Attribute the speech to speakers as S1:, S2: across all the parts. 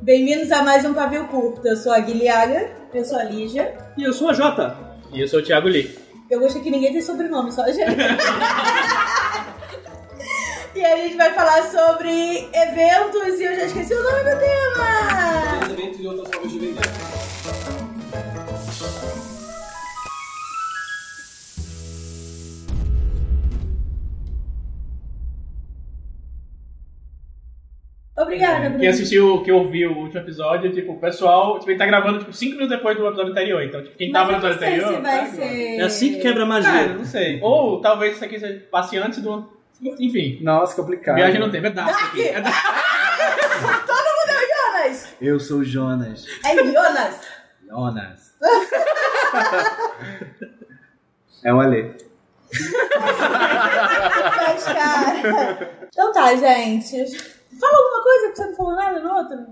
S1: Bem-vindos a mais um Pavio Curto. Eu sou a Guilhaga. Eu sou a Lígia.
S2: E eu sou a Jota.
S3: E eu sou o Thiago Lee.
S1: Eu gostei que ninguém tem sobrenome, só a gente. e a gente vai falar sobre eventos e eu já esqueci o nome do tema.
S4: eventos e outras formas de vender.
S1: Obrigada, Bruno.
S3: Quem assistiu, É, que assim ouviu o último episódio, tipo, o pessoal, tipo, ele tá gravando, tipo, 5 minutos depois do episódio anterior. Então, tipo, quem tava no
S1: Mas eu
S3: episódio
S1: não sei
S3: anterior...
S1: se vai
S3: sabe?
S1: ser...
S2: É assim que quebra a
S3: Cara,
S2: magia.
S3: não sei. Ou talvez isso aqui seja passe antes do... Enfim,
S5: Nossa, complicado.
S3: viagem não tem. É Dark aqui. É Dark.
S1: é Jonas!
S5: Eu sou o Jonas.
S1: É Jonas!
S5: Jonas. é o Ale.
S1: Mas, cara... Então tá, gente. Fala alguma coisa que você não falou nada no outro.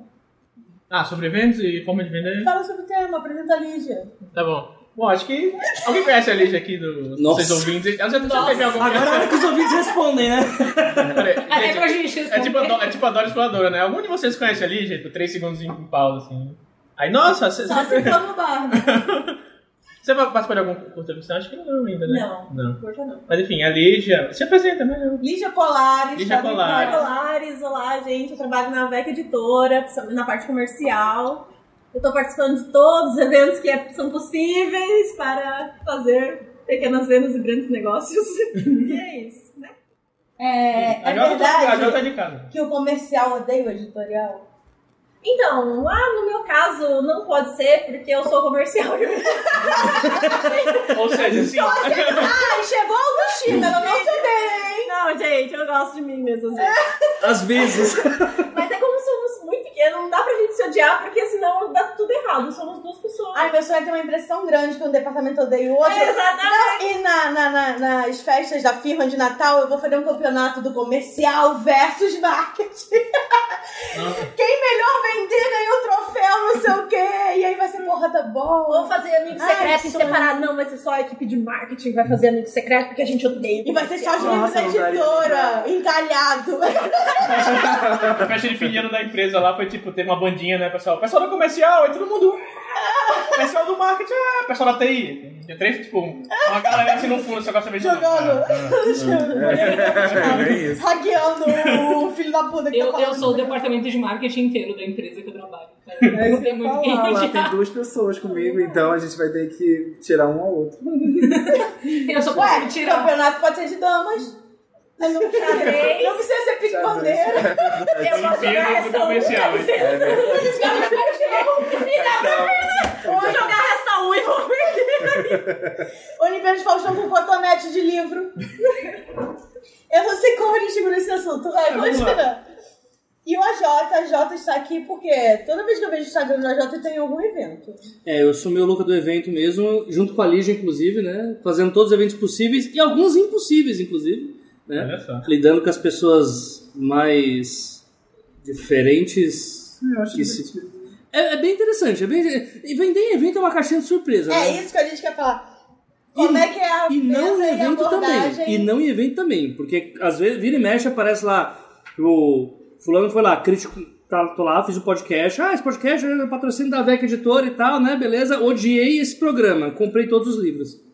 S3: Ah, sobre eventos e forma de vender?
S1: Fala sobre o tema, apresenta a Lígia.
S3: Tá bom. Bom, acho que alguém conhece a Lígia aqui do...
S2: Nossa.
S3: Vocês ouvintes. Eu já, já
S6: Nossa.
S3: teve algum...
S2: Agora é a hora que os ouvintes respondem, né?
S3: Peraí,
S6: Até
S3: gente,
S6: pra gente
S3: É
S6: responder.
S3: tipo, a do- é tipo a Dora Exploradora, né? Algum de vocês conhece ali, gente? Tipo, Três segundos em pausa, assim. Aí, nossa, você
S1: Só se for no bar, né?
S3: você participou de algum curta ficção? Acho que não ainda, né?
S1: Não.
S3: Não.
S6: Porta não.
S3: Mas enfim, a Lígia... Se apresenta, né?
S1: Lígia Polares.
S3: Lígia
S1: tá bem
S3: Polares.
S1: Polares.
S6: Polares, olá, gente. Eu trabalho na VEC Editora, na parte comercial. Eu tô participando de todos os eventos que é- são possíveis para fazer pequenas vendas e grandes negócios. e é isso, né?
S1: É, é
S3: a Jota tá- a
S1: verdade
S3: Jota tá de casa.
S1: que o comercial odeia o editorial?
S6: Então, ah, no meu caso, não pode ser, porque eu sou comercial.
S3: Ou seja, assim, sim.
S1: assim. Ai, chegou o do Chico, ela não se odeia, hein?
S6: não, gente, eu gosto de mim mesmo. assim.
S2: Às vezes.
S6: Mas é como somos muito pequenos, não dá pra gente se odiar, porque senão dá tudo errado. Somos duas pessoas.
S1: Ai, meu sonho é ter uma impressão grande que um departamento odeia o outro.
S6: É, Exatamente.
S1: E na, na- na- nas festas da firma de Natal, eu vou fazer um campeonato do comercial versus marketing. Quem melhor vender ganha o troféu, não sei o quê. E aí vai ser tá porrada
S6: Vou
S1: boa.
S6: fazer amigo
S1: Ai,
S6: secreto e
S1: sonho.
S6: separado. Não, vai ser só a equipe de marketing que vai fazer amigo secreto, porque a gente odeia.
S1: E vai ser só de livros
S2: Nossa,
S1: da
S2: não daria.
S1: editora, encalhado.
S3: A festa de fim de ano da empresa lá foi tipo, teve uma bandinha, né, pessoal? Pessoal do comercial, aí todo mundo. "Ah!" Pessoal do marketing, ah! pessoal da TI. Tinha três, tipo, uma galera assim no fundo, só gosta de Ah, ver
S1: Jogando.
S5: É isso.
S1: Hackeando o filho da
S6: um
S1: puta que tá
S7: Eu,
S1: falando.
S7: eu sou o departamento de marketing inteiro da empresa que eu trabalho. cara.
S1: É
S7: Não tem muito quem
S5: Falar, lá tem
S7: odiar.
S5: duas pessoas comigo, então a gente vai ter que tirar um ao outro.
S7: Eu só
S1: Ué,
S7: consigo tirar.
S1: campeonato pode ser de damas. Mas não,
S6: Xadrez.
S1: não precisa ser pique-bandeira.
S6: Eu gosto de jogar
S3: Empresa do comercial.
S1: É,
S6: resta
S3: hein?
S1: né?
S6: um. Vou jogar resta um e vou perder.
S1: Olimpíada de Faustão com cotonete de livro. Eu não sei como a gente chegou nesse assunto.
S2: É,
S1: Vai,
S3: Vamos lá.
S1: continua. E o AJ, a AJ está aqui porque toda vez que eu vejo o Instagram do AJ tem algum evento.
S2: É, eu sou meio louca do evento mesmo, junto com a Lígia, inclusive, né? Fazendo todos os eventos possíveis e alguns impossíveis, inclusive. Né?
S3: Olha só.
S2: lidando com as pessoas mais diferentes.
S5: Eu acho
S2: que se- É, é bem interessante. É bem... E vender em evento é uma caixinha de surpresa,
S1: É
S2: né?
S1: isso que a gente quer falar. Como é que é a
S2: E
S1: mesa
S2: não em
S1: e a
S2: evento
S1: abordagem?
S2: também. E não em evento também. Porque às vezes vira e mexe, aparece lá. O fulano foi lá, crítico. Tá, tô lá, fiz o podcast. Ah, esse podcast é patrocínio da VEC Editora e tal, né? Beleza. Odiei esse programa. Comprei todos os livros.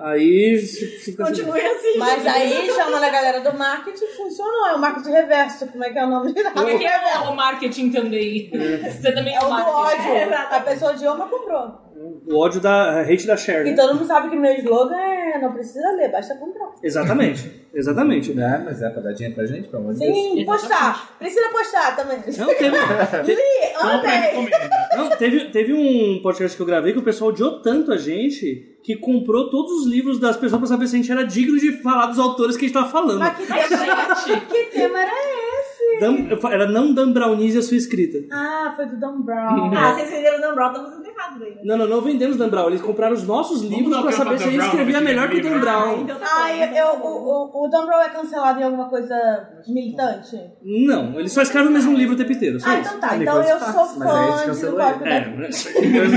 S2: Aí fica assim.
S6: Continue assim.
S1: Mas aí, chamando a galera do marketing, funcionou. É o marketing reverso. Como é que é o nome?
S7: Porque é o marketing também. Você também
S1: É o do
S7: marketing.
S1: ódio. A pessoa odiou, mas comprou.
S2: O ódio da. a Hate da Cher. né?
S1: E todo mundo sabe que meu slogan é não precisa ler, basta comprar.
S2: Exatamente, exatamente.
S5: Não, mas é pra dar dinheiro pra gente, pelo amor de Deus.
S1: Sim, postar. Precisa postar também. é.
S2: Não, teve, te-
S1: Ih,
S3: Compre,
S1: amei.
S3: encomenda.
S2: não, teve, teve um podcast que eu gravei que o pessoal odiou tanto a gente que comprou todos os livros das pessoas pra saber se a gente era digno de falar dos autores que a gente tava falando.
S1: Mas que tema, que tema era esse?
S2: Dan- eu fa- era não Dan Brownies e a sua escrita.
S1: Ah, foi do Dan Brown.
S6: Ah, vocês venderam Dan Brown, tá fazendo errado aí. né?
S2: Não, não, não vendemos Dan Brown. Eles compraram os nossos livros
S3: dar o
S2: pra
S3: campo
S2: saber
S3: pra
S2: se a
S3: Dan
S2: gente
S3: Brown,
S2: escrevia
S3: porque
S2: melhor que o
S3: ele
S2: Dan
S3: é
S6: Ah,
S2: Brown.
S6: então tá bom.
S1: Ai, eu, o, o, o Dan Brown é cancelado em alguma coisa militante?
S2: Não, eles só escrevem o mesmo livro o tempo inteiro, só
S1: Ah, tá
S2: isso.
S1: então tá.
S5: Ele
S1: Então eu
S5: faz
S1: sou
S5: parte, mas aí
S1: fã
S5: eles
S1: de do
S5: cancelam
S1: Bob
S2: É,
S1: Dan.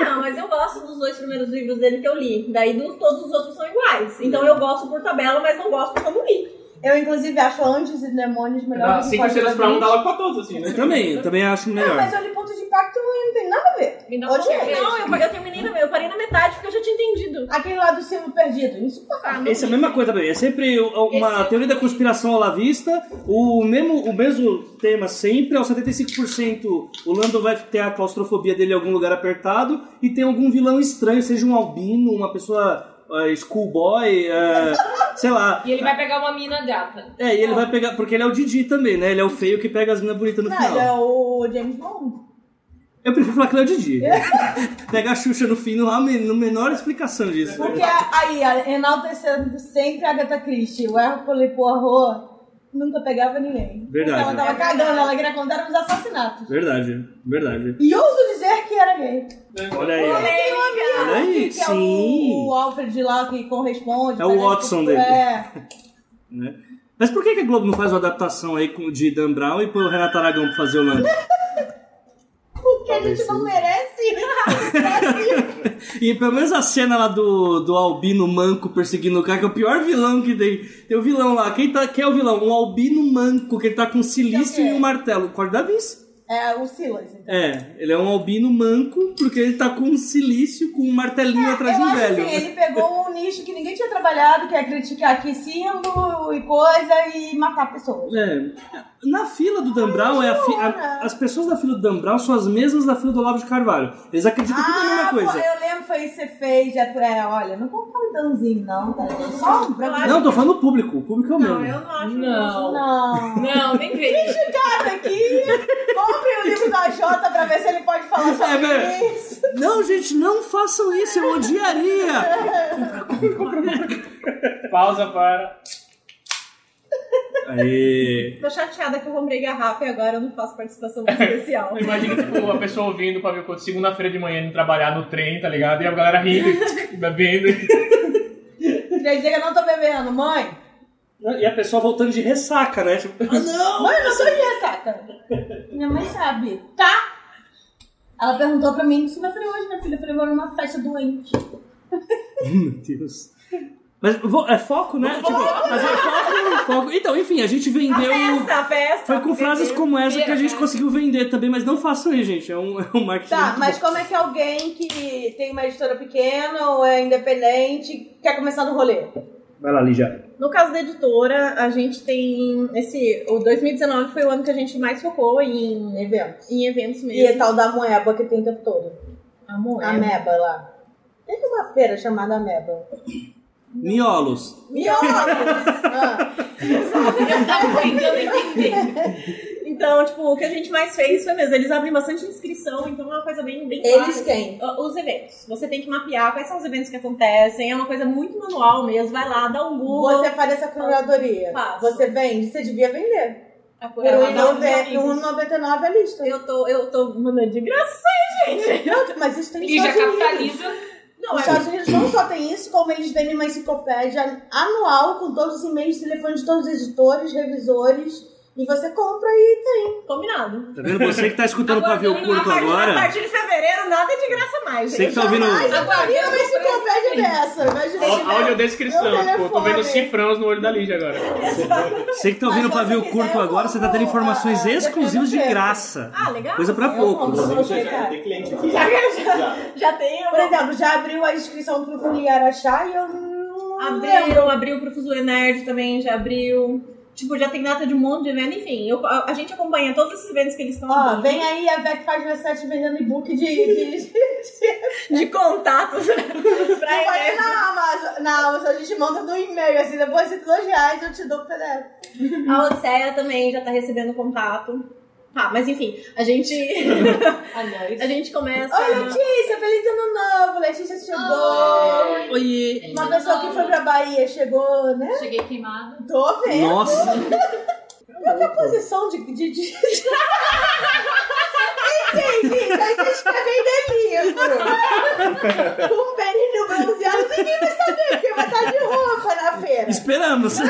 S6: Ah, não, mas eu gosto dos dois primeiros livros dele que eu li. Daí dos, todos os outros são iguais. Então eu gosto por tabela, mas não gosto porque eu não li.
S1: Eu, inclusive, acho Anjos e Demônios melhor
S3: Dá
S1: do que
S3: cinco
S1: Código da
S3: estrelas pra um, dá
S1: Vinci.
S3: logo pra todos, assim, né?
S2: Eu também, eu também acho
S1: Não,
S2: melhor.
S1: mas olha, ponto de impacto não tem nada a ver.
S7: Me dá um uma
S1: Hoje é.
S7: cerveja.
S6: Não, eu, eu terminei na, eu parei na metade porque eu já tinha entendido.
S1: Aquele lá do Silvio Perdido, insuportável.
S2: Essa é a mesma coisa também. É sempre uma
S7: Esse-
S2: teoria da conspiração à la vista, o mesmo, o mesmo tema sempre, é aos 75% o Lando vai ter a claustrofobia dele em algum lugar apertado e tem algum vilão estranho, seja um albino, uma pessoa eh, schoolboy, eh, sei lá.
S7: E ele vai pegar uma mina gata.
S2: É, e ele vai pegar, porque ele é o Didi também, né? Ele é o feio que pega as minas bonitas no
S1: Não,
S2: final.
S1: ele é o James Bond.
S2: Eu prefiro falar que ele é o Didi. pega a Xuxa no fim, não há a men- não menor explicação disso.
S1: Porque a- aí, a- enaltecendo sempre a Agatha Christie, o Hércules Poirot nunca pegava ninguém.
S2: Verdade.
S1: Então, ela tava cagando, ela queria contar os assassinatos.
S2: Verdade, verdade.
S1: E ouso dizer que era gay.
S2: Olha aí,
S1: Tem um
S2: ó.
S1: amigo
S2: Olha aí,
S1: que é
S2: sim.
S1: o, o Alfred lá que corresponde.
S2: É o
S1: parece-
S2: Watson dele.
S1: É.
S2: né? Mas por que, que a Globo não faz uma adaptação aí com- de Dan Brown e põe o Renato Aragão pra fazer o Lando?
S1: Porque a gente não merece. Brasil.
S2: E pelo menos a cena lá do, do albino manco perseguindo o cara, que é o pior vilão que tem. Tem o vilão lá. Quem, tá, quem é o vilão? Um albino manco, que ele tá com um silício
S1: Que é o
S2: e
S1: quê?
S2: um martelo. Corda da Vinci.
S1: é o Silas, então.
S2: É, ele é um albino manco porque ele tá com um silício com um martelinho atrás
S1: É,
S2: de
S1: Eu
S2: um
S1: acho
S2: velho.
S1: assim, ele pegou um nicho que ninguém tinha trabalhado, que é criticar aqui símbolo e coisa e matar pessoas.
S2: É. Na fila do Dan Brown, é a fi- a-
S1: jura?
S2: as pessoas da fila do Dan Brown são as mesmas da fila do Olavo de Carvalho. Eles acreditam Ah, tudo na mesma
S1: Ah, pô,
S2: coisa.
S1: eu lembro, foi isso que você fez. já- é, olha, não compara o Danzinho, não, tá? Só um pra
S2: Não, tô falando o público. O público é o mesmo.
S6: eu não acho.
S7: Não.
S1: Não.
S7: Não, nem vejo.
S1: Cara, aqui, comprem o livro da Jota pra ver se ele pode falar
S2: É,
S1: sobre
S2: velho.
S1: isso.
S2: Não, gente, não façam isso, eu odiaria!
S3: Pausa para.
S2: Aê!
S6: Tô chateada que eu comprei garrafa e agora eu não faço participação especial.
S3: Imagina, tipo, a pessoa ouvindo pra ver quanto segunda-feira de manhã indo trabalhar no trem, tá ligado? E a galera rindo, bebendo.
S1: Quer dizer que eu não tô bebendo, mãe.
S2: E a pessoa voltando de ressaca, né? Tipo, ah, não!
S1: Mãe, eu não sou de ressaca. Minha mãe sabe, tá? Ela perguntou pra mim o que você vai fazer hoje, minha filha. Eu falei, eu vou numa festa doente.
S2: Meu Deus. Mas vo- é foco, né? Tipo, mas é foco, foco. Então, enfim, a gente
S6: A
S2: vendeu.
S6: festa, a festa.
S2: Foi com frases
S6: bebê.
S2: como essa que a gente
S7: Feira,
S2: conseguiu vender também, mas não façam aí, gente. É um, é um marketing.
S1: né? Tá,
S2: muito
S1: mas
S2: bom.
S1: como é que alguém que tem uma editora pequena ou é independente quer começar no rolê?
S2: Vai lá, Lígia.
S6: No caso da editora, a gente tem esse... O 2019 foi o ano que a gente mais focou em,
S1: Evento.
S6: em eventos
S1: E é
S6: mesmo.
S1: tal da moeba que tem o tempo todo.
S6: Amor,
S1: A meba lá. Tem uma feira chamada Ameba.
S2: Miolos.
S1: Miolos! Ah,
S4: Tá
S7: Eu tava tentando entender.
S6: Então, tipo, o que a gente mais fez foi mesmo. Eles abrem bastante inscrição, então é uma coisa bem, bem clara,
S1: eles
S6: assim.
S1: têm.
S6: Ah, Os eventos. Você tem que mapear quais são os eventos que acontecem. É uma coisa muito manual mesmo. Vai lá, dá um Google.
S1: Você faz essa curadoria.
S6: Faço.
S1: Você vende, você devia vender. um Por
S6: apurar, dá um uns amigos.
S1: 1,99 a lista.
S6: Eu tô, eu tô mandando de graça.
S1: Não, mas isso tem nos
S7: E já
S1: Estados Unidos.
S7: capitaliza.
S6: Não,
S1: Os
S6: é
S1: Estados Unidos não só tem isso, como eles vendem uma enciclopédia anual com todos os e-mails, telefones de todos os editores, revisores, e você compra e
S6: combinado.
S2: Tá vendo? Você que tá escutando
S7: Agora,
S2: pra ver o
S7: a
S2: curto
S6: a, partir, a
S2: agora.
S6: partir de fevereiro, nada é de graça mais,
S2: Você que
S6: gente.
S2: tá ouvindo.
S1: imagina uma enciclopédia dessa. Imagina se
S3: Ó,
S1: tiver- Meu
S3: Audiodescrição, tipo, tô
S1: telefone.
S3: vendo cifrões no olho da Lígia agora.
S2: Você que tá
S1: Mas
S2: ouvindo
S1: se
S2: pra
S1: você
S2: ver o curto
S1: quiser, eu
S2: agora, você tá tendo
S1: compro,
S2: informações
S1: ah,
S2: exclusivas de
S1: dependendo do
S2: graça.
S6: Ah, legal.
S2: Coisa pra
S1: Eu compro
S2: poucos.
S1: pra você, cara.
S4: Tem cliente aqui.
S6: Já tem.
S1: Por exemplo, já abriu a inscrição pro Fuli Araxá e eu não lembro.
S6: Abriu, abriu pro Fuzuê Nerd também, já abriu. Tipo, já tem data de um monte de evento, enfim. eu- a, a gente acompanha todos esses eventos que eles estão
S1: Ó, vem aí a Vec Página 7 vendendo e-book de... de, de...
S6: né? de contatos pra
S1: Não vai
S6: evento.
S1: na Amazon, na Amazon, a gente manda no e-mail, assim, depois de dois reais eu te dou o PDF.
S6: A Odisseia também já tá recebendo contato. Tá, mas enfim, a gente,
S7: Ah, não.
S6: a gente começa.
S1: Oi, Letícia, feliz ano novo! Letícia chegou!
S2: Oiê.
S1: Uma pessoa que foi pra Bahia chegou, né?
S7: Cheguei queimada.
S1: Tô vendo.
S2: Nossa.
S1: Qual que é a posição de. de, de... Enfim, gente, a gente tá vendendo livro. Com perinho bronzeado, ninguém vai saber, porque vai estar de roupa na feira.
S2: Esperamos.
S5: Ah,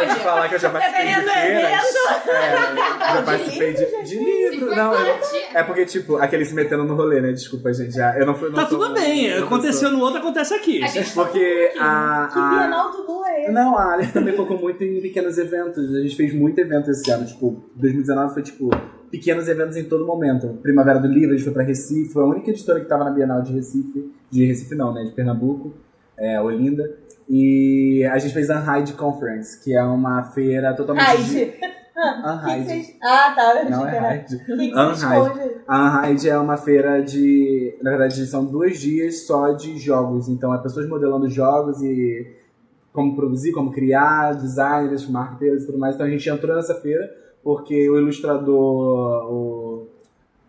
S5: eu vou te falar que eu já participei de
S6: Reverendo
S5: feiras. É, já
S1: De
S5: participei de, de livro. Não, eu-
S7: Não,
S5: é porque, tipo, aquele se metendo no rolê, né? Desculpa, gente. Já, eu não fui. não
S2: Tá
S5: sou-
S2: tudo bem.
S5: não sou-
S1: É
S2: Aconteceu no outro, acontece aqui.
S7: A gente
S5: Porque
S1: Que
S5: a. a...
S1: Bienal do Nu é dele.
S5: Não, a Aleph também focou muito em pequenos eventos. A gente fez muito evento esse ano. Tipo, 2019 foi tipo pequenos eventos em todo momento. Primavera do Livro, a gente foi pra Recife. Foi a única editora que tava na Bienal de Recife. De Recife não, né? De Pernambuco. É, Olinda. E a gente fez a Unhide Conference, que é uma feira totalmente...
S1: Hyde.
S5: Unhide.
S1: Que que vocês- Ah, tá. Eu achei
S5: Uhum. Não
S1: que
S5: é
S1: era.
S5: Hyde.
S1: O que que
S5: Unhide.
S1: se esconde?
S5: A Hyde é uma feira de. Na verdade, são dois dias só de jogos. Então, é pessoas modelando jogos e como produzir, como criar, designers, marketers e tudo mais. Então, a gente entrou nessa feira porque o ilustrador, o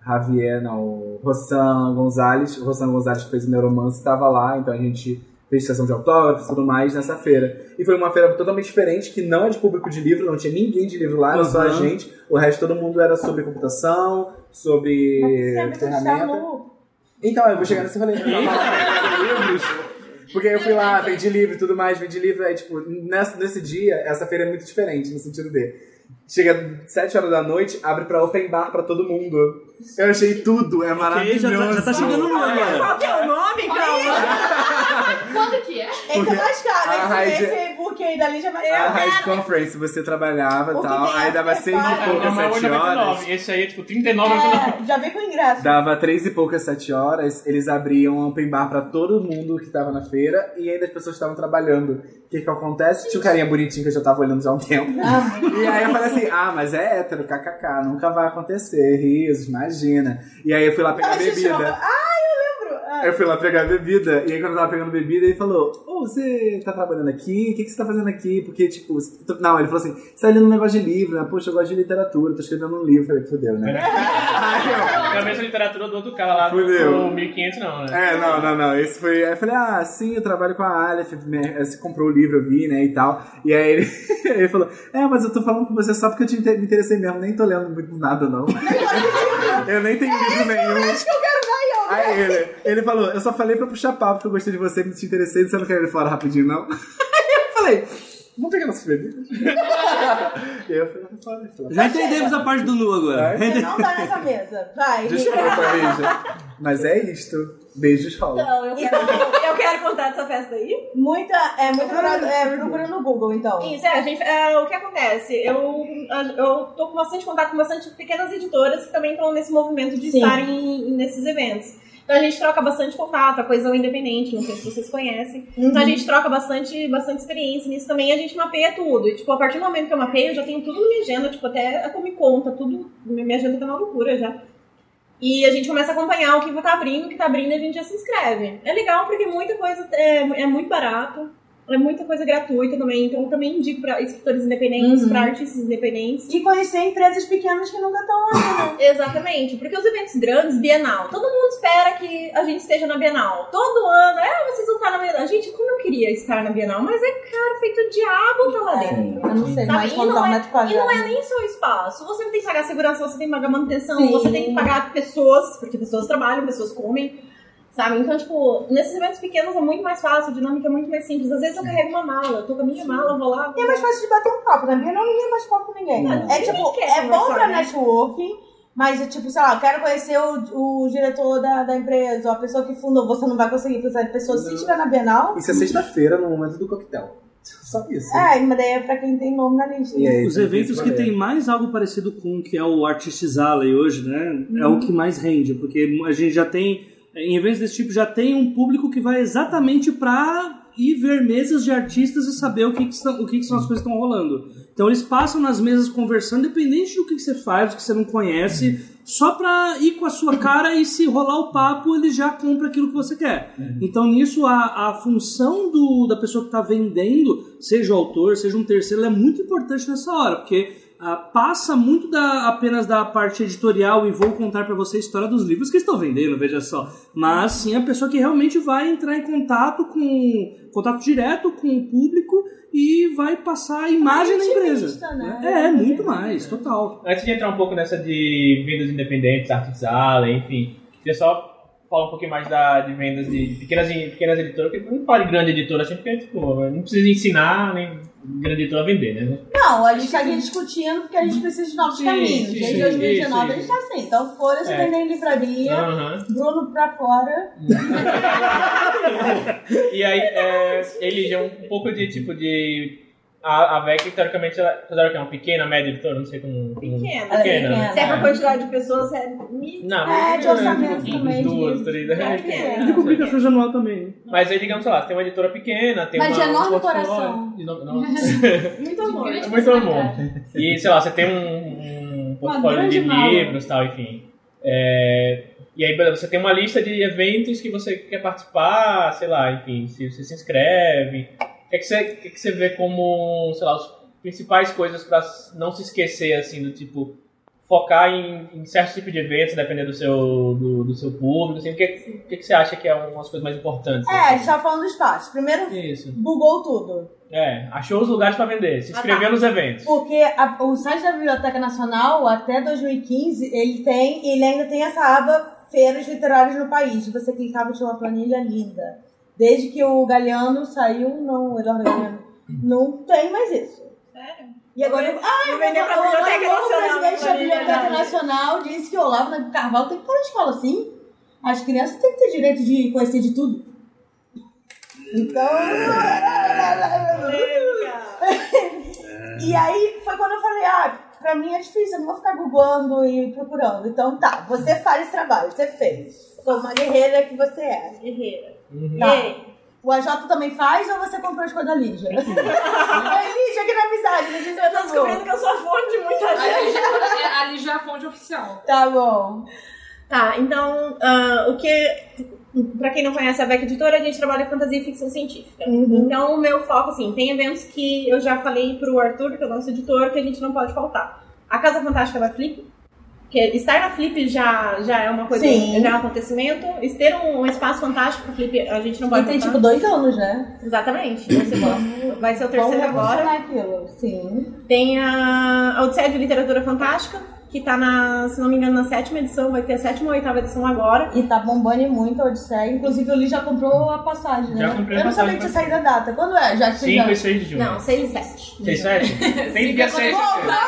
S5: Javier, não, o Rossan Gonzalez, o Rossan Gonzalez que fez o Neuromance, estava lá. Então, a gente fez sessão de autógrafos e tudo mais nessa feira. E foi uma feira totalmente diferente, que não é de público de livro, não tinha ninguém de livro lá, era só a
S2: Uhum.
S5: gente. O resto, todo mundo era sobre computação, sobre
S1: Sempre que está
S5: ferramenta.
S1: nu.
S5: Então, eu vou chegar nesse rolê. livros. Porque eu fui lá, vendi livro e tudo mais, vendi livro. Aí, tipo, nessa, nesse dia, essa feira é muito diferente, no sentido de. Chega 7 horas da noite, abre pra open bar pra todo mundo. Eu achei tudo, é
S2: Ok, já,
S5: maravilhoso.
S2: tá- já tá chegando no agora.
S1: Qual que é o nome, calma?
S4: Quando que é?
S1: Esse é mais caro.
S5: a
S1: Esse,
S5: Hyde-
S1: esse book aí da Lídia...
S5: A
S1: Eu
S5: High Conference, você trabalhava
S1: O
S5: e
S1: que é
S5: tal,
S1: tem
S5: aí
S1: after
S5: dava 6
S3: É,
S5: e
S1: party?
S2: É
S5: poucas,
S3: Normal
S5: 7 horas.
S3: 99. Esse aí é tipo 39
S1: É, já vem com ingresso.
S5: Dava três e poucas, sete horas, eles abriam um open bar pra todo mundo que tava na feira e ainda as pessoas estavam trabalhando. O que que acontece? Tinha um carinha bonitinho que eu já tava olhando já há um tempo. E aí eu falei assim, ah, mas é hétero, kkk, nunca vai acontecer, risos, imagina. E aí eu fui lá pegar
S1: Ah, gente, não.
S5: bebida.
S1: Ah, eu lembro. Ah,
S5: Eu fui lá pegar bebida, e aí quando eu tava pegando bebida, ele falou, ô, você tá trabalhando aqui? O que, que você tá fazendo aqui? Porque, tipo, você- não, ele falou assim, você tá lendo um negócio de livro, né? Poxa, eu gosto de literatura, tô escrevendo um livro. Eu falei, fudeu, né? Aí eu-
S3: É a mesma literatura do outro cara lá.
S5: Fudeu.
S3: Do 1500 não, né?
S5: É, não, não, não. Esse foi. Aí eu falei, ah, sim, eu trabalho com a Aleph, né, você comprou o livro, eu vi, né, e tal. E aí ele, ele falou, é, mas eu tô falando com você só porque eu te inter- me interessei mesmo, nem tô lendo muito nada, não. eu nem tenho livro nenhum.
S1: acho que É eu quero dar yoga.
S5: Aí ele, ele falou, eu só falei pra puxar papo porque eu gostei de você, me te interessei, você não quer ir fora rapidinho, não? Aí eu falei, vamos pegar nossas bebidas. e aí eu falei, "Não, fora. Ele falou,
S2: Já entendemos a parte do nu agora.
S1: Você não tá nessa mesa. Vai.
S5: Desculpa, Lígia. Mas é isto. Beijos, Raul.
S6: Então, eu quero, eu quero contar dessa festa aí.
S1: Muita, é, muito procura, é, procura no Google, então.
S6: Isso, é, a gente, é, o que acontece? Eu, eu tô com bastante contato com bastante pequenas editoras que também estão nesse movimento de
S1: Sim.
S6: estarem em- nesses eventos. Então a gente troca bastante contato, a coesão independente, não sei se vocês conhecem. Então a gente troca bastante, bastante experiência nisso também, a gente mapeia tudo. E, tipo, a partir do momento que eu mapeio, eu já tenho tudo na minha agenda, tipo, até a Comic Con, tá tudo, minha agenda tá uma loucura já. E a gente começa a acompanhar o que tá abrindo, o que tá abrindo, e a gente já se inscreve. É legal porque muita coisa é, é muito barato, é muita coisa gratuita também, então eu também indico pra escritores independentes,
S1: Uhum.
S6: pra artistas independentes.
S1: E conhecer empresas pequenas que nunca estão lá.
S6: Exatamente, porque os eventos grandes, Bienal, todo mundo espera que a gente esteja na Bienal. Todo ano, é, vocês vão estar na Bienal. Gente, como eu queria estar na Bienal, mas é caro, feito diabo tá lá dentro.
S1: Eu não sei,
S6: Tá,
S1: mais
S6: e
S1: quando dá
S6: não
S1: um
S6: é-
S1: metro quadrado.
S6: E não é nem só o espaço. Você tem que pagar segurança, você tem que pagar manutenção,
S1: Sim.
S6: você tem que pagar pessoas, porque pessoas trabalham, pessoas comem. Sabe? Então, tipo, nesses eventos pequenos é muito mais fácil, a dinâmica é muito mais simples. Às vezes eu carrego uma mala, eu tô com a minha mala, eu vou lá.
S1: E é mais fácil de bater um papo, né? Porque não ninguém mais papo com ninguém.
S6: Não,
S1: é
S6: ninguém
S1: tipo,
S6: quer
S1: é bom
S6: conversar,
S1: pra
S6: né?
S1: networking, mas é tipo, sei lá, eu quero conhecer o, o diretor da, da empresa, ou a pessoa que fundou, você não vai conseguir, porque essa pessoa se
S5: Não.
S1: estiver na Bienal.
S5: Isso é sexta-feira, no momento do coquetel. Só isso.
S1: É, mas daí é pra quem tem nome na lista.
S5: E aí, tá
S2: Os
S5: tem
S2: eventos que
S5: valer.
S2: tem mais algo parecido com o que é o Artists Alley hoje, né? É o que mais rende, porque a gente já tem, em eventos desse tipo, já tem um público que vai exatamente pra ir ver mesas de artistas e saber o que, que são, o que, que são as coisas que estão rolando. Então eles passam nas mesas conversando, independente do que, que você faz, do que você não conhece, só pra ir com a sua cara e se rolar o papo, ele já compra aquilo que você quer. Então nisso a, a função do, da pessoa que está vendendo, seja o autor, seja um terceiro, ela é muito importante nessa hora, porque ah, passa muito da, apenas da parte editorial e vou contar para você a história dos livros que estão vendendo, veja só. Mas sim a pessoa que realmente vai entrar em contato com contato direto com o público e vai passar a imagem da
S1: Ativista,
S2: empresa.
S1: né?
S2: É, muito mais, total.
S3: Antes de entrar um pouco nessa de vendas independentes, artisala, enfim, queria só fala um pouquinho mais da, de vendas de pequenas, pequenas editoras, porque não fala de grande editora assim, porque tipo, não precisa ensinar nem grande editora a vender, né?
S1: Não, a gente tá aqui discutindo porque a gente precisa de novos
S3: Sim,
S1: caminhos.
S3: sim,
S1: Desde
S3: sim,
S1: 2019
S3: sim.
S1: a gente tá assim. Então foda-se
S3: É.
S1: vender em livraria,
S3: Aham.
S1: Bruno pra fora.
S3: E aí, é, ele já é um pouco de tipo de. A, a VEC, teoricamente, ela, teoricamente, é uma pequena, média editora, não sei como. como-
S6: Pequena.
S1: Ela é
S3: Pequena.
S1: pequena.
S6: Se é pra
S3: É.
S6: quantidade de pessoas, é mínimo.
S3: Não,
S1: É,
S3: mas-
S1: de orçamento também, de
S3: Duas,
S1: livros.
S3: três,
S1: É
S3: é,
S1: pequena.
S3: pequena.
S2: Publicações anual também. né?
S3: Mas aí, digamos, sei lá, tem uma editora pequena, tem
S1: Mas
S3: uma.
S1: de enorme
S3: um portfólio,
S1: coração.
S3: de no- não-
S6: Muito amor.
S4: grande
S3: É muito amor.
S4: personalidade.
S3: E, sei lá, você tem um, um portfólio
S4: grande
S3: de
S4: mala.
S3: livros e tal, enfim. É, e aí, beleza, você tem uma lista de eventos que você quer participar, sei lá, enfim, se você se inscreve. O que, é que, você, o que, é que você vê como, sei lá, as principais coisas pra não se esquecer, assim, do tipo, focar em, em certos tipos de eventos, dependendo do seu, do, do seu público, assim, o que, o que, é que você acha que é umas coisas mais importantes?
S1: É, a gente
S3: assim?
S1: tava falando do espaço. Primeiro,
S3: Isso.
S1: bugou tudo.
S3: É, achou os lugares pra vender, se
S6: Ah, tá.
S3: inscreveu nos eventos.
S1: Porque a- o site da Biblioteca Nacional, até 2015, ele tem, ele ainda tem essa aba Feiras Literárias no País. Você clicava e tinha uma planilha linda. Desde que o Galeano saiu, não, o Eduardo Galeano, não tem mais isso.
S6: Sério?
S1: E agora Ah,
S6: Vou vender pra
S1: O
S6: Biblioteca
S1: novo
S6: Nacional.
S1: presidente da
S6: pra
S1: Biblioteca
S6: mim, né?
S1: Nacional disse que o Olavo Carvalho tem que estar na escola, sim. As crianças têm que ter direito de conhecer de tudo. Então.
S6: Polêmica.
S1: E aí foi quando eu falei: ah, pra mim é difícil, eu não vou ficar googlando e procurando. Então tá, você faz esse trabalho, você fez. Foi uma guerreira que você é.
S6: Guerreira.
S3: Uhum.
S1: Tá.
S6: Ei,
S1: O AJ também faz ou você comprou as coisas da Lígia?
S3: É
S1: a Lígia aqui na amizade, me diz
S6: Eu tô
S1: tá bom.
S6: descobrindo que eu sou a fonte de muita gente.
S4: Ali já- é, Ali já é a fonte oficial.
S1: Tá bom.
S6: Tá, então, ah, o que. Pra quem não conhece a Beck Editora, a gente trabalha com fantasia e ficção científica.
S1: Uhum.
S6: Então, o meu foco, assim, tem eventos que eu já falei pro Arthur, que é o nosso editor, que a gente não pode faltar. A Casa Fantástica da Flip, que estar na Flip já, já é uma coisa,
S1: Sim.
S6: já é um acontecimento. E Ter um, um espaço fantástico pra Flip, a gente não
S1: E
S6: pode
S1: tem
S6: faltar.
S1: tipo dois anos, né?
S6: Exatamente, vai ser, Uhum. bom. vai ser o terceiro
S1: Vamos
S6: agora.
S1: revolucionar aquilo, sim.
S6: Tem a a Odisseia de Literatura Fantástica, que tá na, se não me engano, na sétima edição, vai ter a sétima ou oitava edição agora.
S1: E tá bombando e muito a Odisseia. Inclusive, o Lee já comprou a passagem, né?
S3: Já comprei a
S1: Eu não sabia
S3: passagem,
S1: que
S3: né?
S1: tinha saído a data. Quando é? Já que você
S3: 5
S1: já...
S3: e 6 de junho.
S6: Não, seis e sete.
S3: 6 7? Tem dia 6.
S4: Agora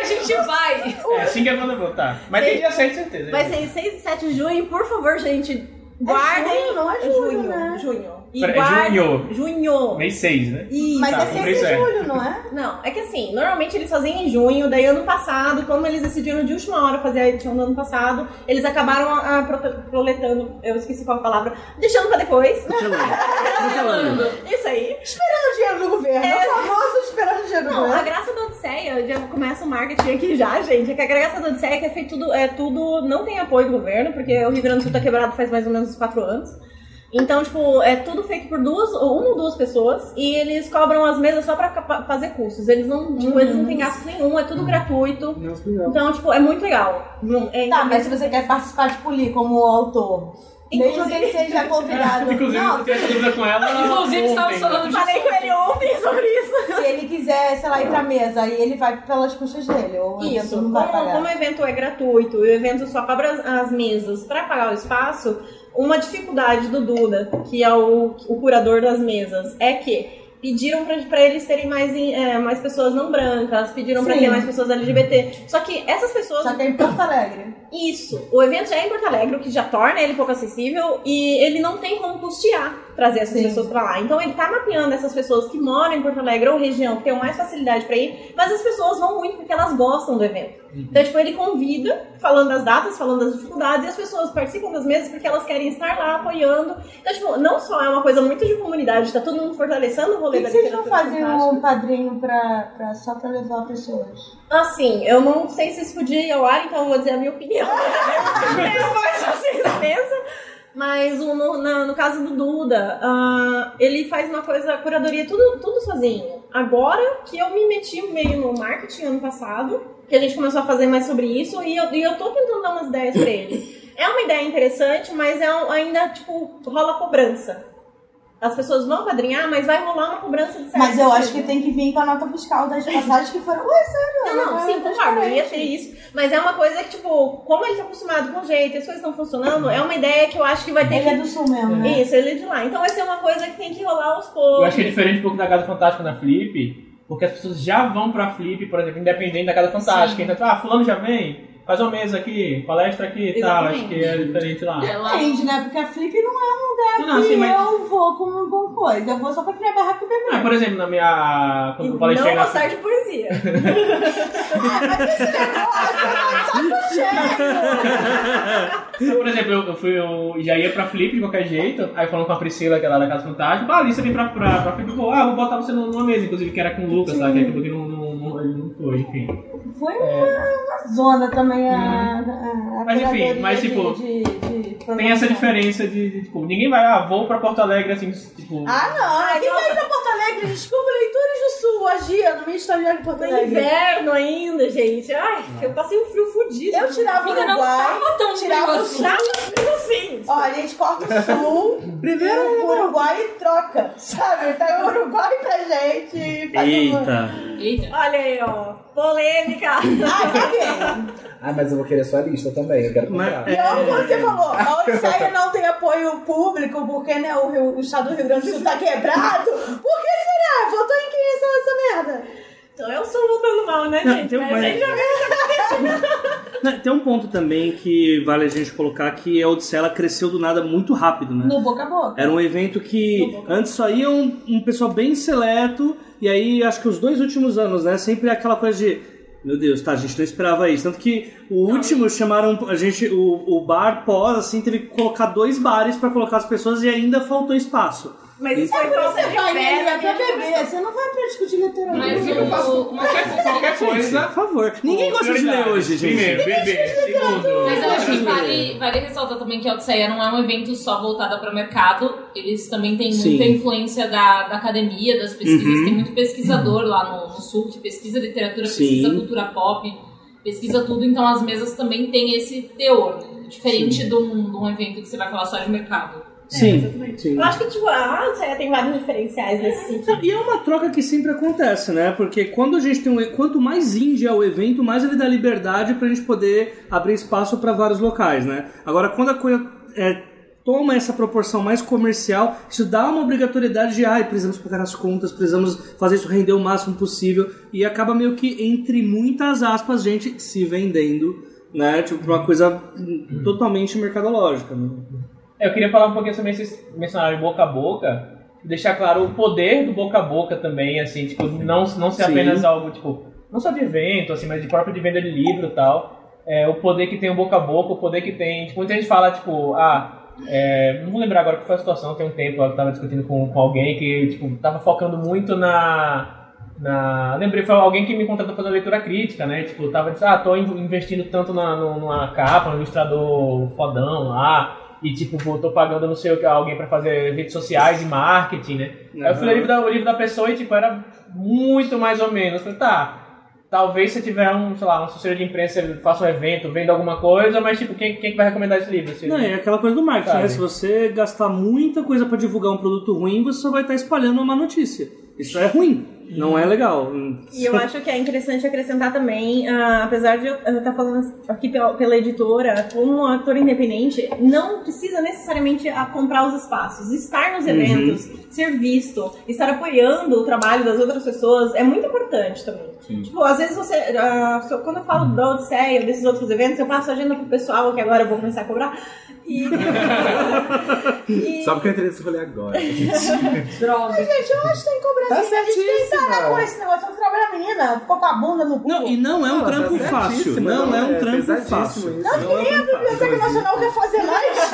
S4: a gente vai.
S3: É, 5 é quando eu vou, tá. Mas tem dia 6, certeza. né?
S6: Vai ser 6 e 7 de junho, por favor, gente, guardem.
S1: junho, não é julho,
S6: junho,
S1: né?
S6: junho. E
S3: Pera, é
S6: guardem-
S3: junho.
S6: Junho.
S3: Mês 6, né?
S6: Isso.
S1: Mas
S3: Tá,
S1: é
S3: comprei
S1: 6 de
S3: certo.
S1: julho, não é?
S6: Não, é que assim, normalmente eles faziam em junho, daí ano passado, como eles decidiram de última hora fazer a edição do ano passado, eles acabaram ah, prote- proletando, eu esqueci qual é a palavra, deixando pra depois. Isso aí.
S1: Esperando o dinheiro do governo.
S6: É.
S1: É o famoso esperando o dinheiro do
S6: Não, a
S1: governo.
S6: graça da Odisseia, já começa o marketing aqui já, gente, é que a graça da Odisseia é que é feito tudo, é tudo, não tem apoio do governo, porque o Rio Grande do Sul tá quebrado faz mais ou menos uns quatro anos. Então, tipo, é tudo feito por duas, ou uma ou duas pessoas, e eles cobram as mesas só pra capa- fazer cursos. Eles não, tipo, eles não
S1: Uhum.
S6: têm gasto nenhum, é tudo gratuito. Então, tipo, é muito legal. Não- é-
S1: Tá, mas se você quer participar de Poli como autor, mesmo que
S6: Inclusive-
S1: ele seja convidado,
S3: Inclusive, eu
S1: não,
S3: tenho essa dúvida com ela.
S4: Inclusive, estávamos
S3: ontem. né?
S4: falando de.
S6: Falei com ele ontem sobre isso.
S1: se ele quiser, sei lá, ir pra mesa, aí ele vai pelas custas dele. Ou assim,
S6: Isso,
S1: não
S6: como,
S1: vai pagar.
S6: como o evento é gratuito e o evento só cobra as, as mesas para pagar o espaço, uma dificuldade do Duda, que é o, o curador das mesas, é que pediram para eles terem mais, em- é, mais pessoas não brancas, pediram para
S1: Sim.
S6: ter mais pessoas LGBT. Só que essas pessoas
S1: Só que é em Porto Alegre.
S6: isso. O evento já é em Porto Alegre, o que já torna ele pouco acessível e ele não tem como custear trazer essas
S1: Sim.
S6: pessoas pra lá. Então ele tá mapeando essas pessoas que moram em Porto Alegre ou região que tem mais facilidade pra ir, mas as pessoas vão muito porque elas gostam do evento.
S1: Uhum.
S6: Então, tipo, ele convida, falando das datas, falando das dificuldades, e as pessoas participam das mesas porque elas querem estar lá apoiando. Então, tipo, não só é uma coisa muito de comunidade, tá todo mundo fortalecendo o
S1: Por que
S6: rolê
S1: que
S6: da
S1: vocês não
S6: literatura
S1: fazem
S6: fantástica.
S1: um padrinho pra, pra- só pra levar pessoas?
S6: Assim, eu não sei se isso podia ir ao ar, então eu vou dizer a minha opinião. eu faço assim na mesa. Mas o- no, na- no caso do Duda, ah, ele faz uma coisa, a curadoria, tudo, tudo sozinho. Agora que eu me meti meio no marketing ano passado, que a gente começou a fazer mais sobre isso, e eu, e eu tô tentando dar umas ideias pra ele. É uma ideia interessante, mas é um- ainda, tipo, rola cobrança. As pessoas vão padrinhar, mas vai rolar uma cobrança de certo.
S1: Mas eu acho que tem que vir com a nota fiscal das passagens que foram. Ué, sério?
S6: Não, não,
S1: né?
S6: sim, concordo, eu ia ter isso. Mas é uma coisa que, tipo, como ele tá acostumado com o jeito e as coisas estão funcionando, é uma ideia que eu acho que vai ter
S1: Ele é
S6: que.
S1: do sul mesmo, né?
S6: Isso, ele é de lá. Então vai ser uma coisa que tem que rolar aos
S3: Eu acho
S6: poucos.
S3: que é diferente um pouco da Casa Fantástica da Flip, porque as pessoas já vão pra Flip, por exemplo, independente da Casa Fantástica. Então, ah, fulano já vem, faz uma mesa aqui, palestra aqui e tal. Acho que é diferente lá.
S4: Ela
S1: Depende, né? Porque a Flip não é um lugar
S3: Não, não,
S1: que
S3: sim, mas-
S1: eu vou com, com coisa. Eu vou só pra criar barraco e beber.
S3: Ah, por exemplo, na minha.
S6: E
S3: Quando eu
S6: não
S3: palestrei na.
S6: gostar de poesia.
S3: Então, Por exemplo, eu, eu fui, eu já ia pra Flip de qualquer jeito, aí falando com a Priscila, que é lá da Casa Fantástica, ah, ali você vem pra, pra, pra Flip, eu vou, ah, vou botar você numa mesa, inclusive que era com o Lucas, sabe? Que acabou que não, não, não, ele não foi, enfim.
S1: Foi uma, uma zona também a. a- a
S3: Uhum. Mas, enfim,
S1: curadoria
S3: mas,
S1: de-
S3: tipo,
S1: de- de
S3: Tem essa
S1: programação.
S3: diferença de, de, tipo, ninguém vai, ah, vou pra Porto Alegre assim, tipo.
S1: Ah, não. Ai, quem vai pra Porto Alegre? Desculpa, leitores do Sul. Agia, não me estagiar de Porto
S6: No
S1: Alegre.
S6: inverno ainda, gente. Ai, eu passei um frio fudido.
S1: Eu tirava o
S4: Amiga, não
S1: Uruguai.
S4: tava tão
S1: Tirava
S4: frio
S1: o
S4: assim.
S1: Sul.
S6: Mas assim,
S1: Ó, a gente corta o Sul, primeiro o Uruguai e troca, sabe? Tá o Uruguai pra gente. e faz um-
S2: Eita.
S4: Eita.
S6: olha aí, ó. Polêmica.
S1: Ai, caguei.
S5: Ah, mas eu vou querer sua lista também, eu quero comprar.
S2: Mas- é,
S1: Então, como
S5: É.
S1: você falou, a Odisseia não tem apoio público porque né, o, Rio- o estado do Rio Grande do Sul tá quebrado. Por que será? Votou em quem essa, essa merda?
S6: Então eu sou voltando mal, né,
S2: Não,
S6: gente?
S2: tem um-
S6: Mas a gente já vê.
S2: Né, Tem um ponto também que vale a gente colocar que a Odisseia ela cresceu do nada muito rápido, né?
S1: No boca a boca.
S2: Era um evento que antes só ia um, um pessoal bem seleto, e aí acho que os dois últimos anos, né? Sempre aquela coisa de. Meu Deus, tá, a gente não esperava isso. Tanto que o último chamaram a gente, o, o bar pós, assim, teve que colocar dois bares pra colocar as pessoas e ainda faltou espaço.
S6: Mas isso foi falta
S1: Você
S6: de
S1: vai
S6: fé,
S1: né, pra
S6: né?
S1: beber, você não vai pra discutir literatura.
S4: Mas
S3: Eu faço
S4: o. Mas
S3: Qualquer coisa.
S2: Por favor. Ninguém gosta de ler
S3: prioridade.
S2: hoje, gente.
S3: Primeiro, bebê. Segundo.
S4: Mas eu acho que vale, vale ressaltar também que a Odisseia não é um evento só voltado para o mercado. Eles também têm
S2: Sim.
S4: muita influência da, da academia, das pesquisas.
S2: Uhum.
S4: Tem muito pesquisador lá no, no Sul que pesquisa literatura,
S2: Sim.
S4: pesquisa cultura pop, pesquisa tudo. Então as mesas também têm esse teor. né? Diferente de um, de um evento que você vai falar só de mercado.
S1: É,
S2: Sim,
S1: Ah,
S2: sim.
S6: Eu acho que, tipo, a Odisseia tem vários diferenciais nesse sentido.
S2: E é uma troca que sempre acontece, né? Porque quando a gente tem um, quanto mais indie é o evento, mais ele dá liberdade pra gente poder abrir espaço pra vários locais, né? Agora, quando a coisa é, toma essa proporção mais comercial, isso dá uma obrigatoriedade de, ai, precisamos pagar as contas, precisamos fazer isso render o máximo possível, e acaba meio que, entre muitas aspas, gente se vendendo, né? Tipo, pra uma coisa hum, totalmente mercadológica, né?
S3: Eu queria falar um pouquinho sobre esse mencionário boca a boca, deixar claro o poder do boca a boca também, assim, tipo, não, não ser
S2: Sim.
S3: apenas algo, tipo, não só de evento, assim, mas de próprio de venda de livro e tal. É, o poder que tem o boca a boca, o poder que tem. Tipo, muita gente fala, tipo, ah. é, não vou lembrar agora que foi a situação, tem um tempo eu tava discutindo com, com alguém que, tipo, tava focando muito na. Na... Lembrei, foi alguém que me contratou pra fazer uma leitura crítica, né? Tipo, eu tava dizendo, ah, tô in- investindo tanto na, no- numa capa, no ilustrador fodão lá, e tipo, pô, tô pagando não sei o que, alguém pra fazer redes sociais e marketing, né? Aí eu fui ler o livro da, o livro da pessoa e, tipo, era muito mais ou menos. Eu Falei, tá, talvez se tiver um, sei lá, um assessor de imprensa, ele faça um evento, venda alguma coisa, mas, tipo, quem, quem que vai recomendar esse livro? assim? Esse
S2: Não, é aquela coisa do marketing,
S3: Sabe?
S2: né? Se você gastar muita coisa pra divulgar um produto ruim, você só vai estar espalhando uma má notícia. Isso é ruim, não é legal.
S6: E eu acho que é interessante acrescentar também, ah, apesar de eu eu estar falando aqui pela, pela editora, como um ator independente, não precisa necessariamente a comprar os espaços. Estar nos eventos, ser visto, estar apoiando o trabalho das outras pessoas é muito importante também. Tipo, às vezes você. ah, so- quando eu falo da Odisseia ou desses outros eventos, eu passo a agenda pro pessoal, que agora eu vou começar a cobrar. E. e...
S5: Só porque eu entrei nesse rolê
S2: É
S5: agora.
S2: um
S4: Droga.
S1: Gente, eu acho que tem cobrança.
S5: Tá
S1: a gente tem que
S5: certíssima.
S1: parar com esse negócio. Eu trabalho a menina, ficou com a bunda no cu.
S2: Não, e não é um
S5: Tá
S2: trampo
S5: certíssima,
S2: fácil. Não é um trampo
S5: pesadíssimo
S2: fácil.
S5: isso. tá
S2: Não é um trampo fácil.
S1: Biblioteca Nacional quer fazer mais.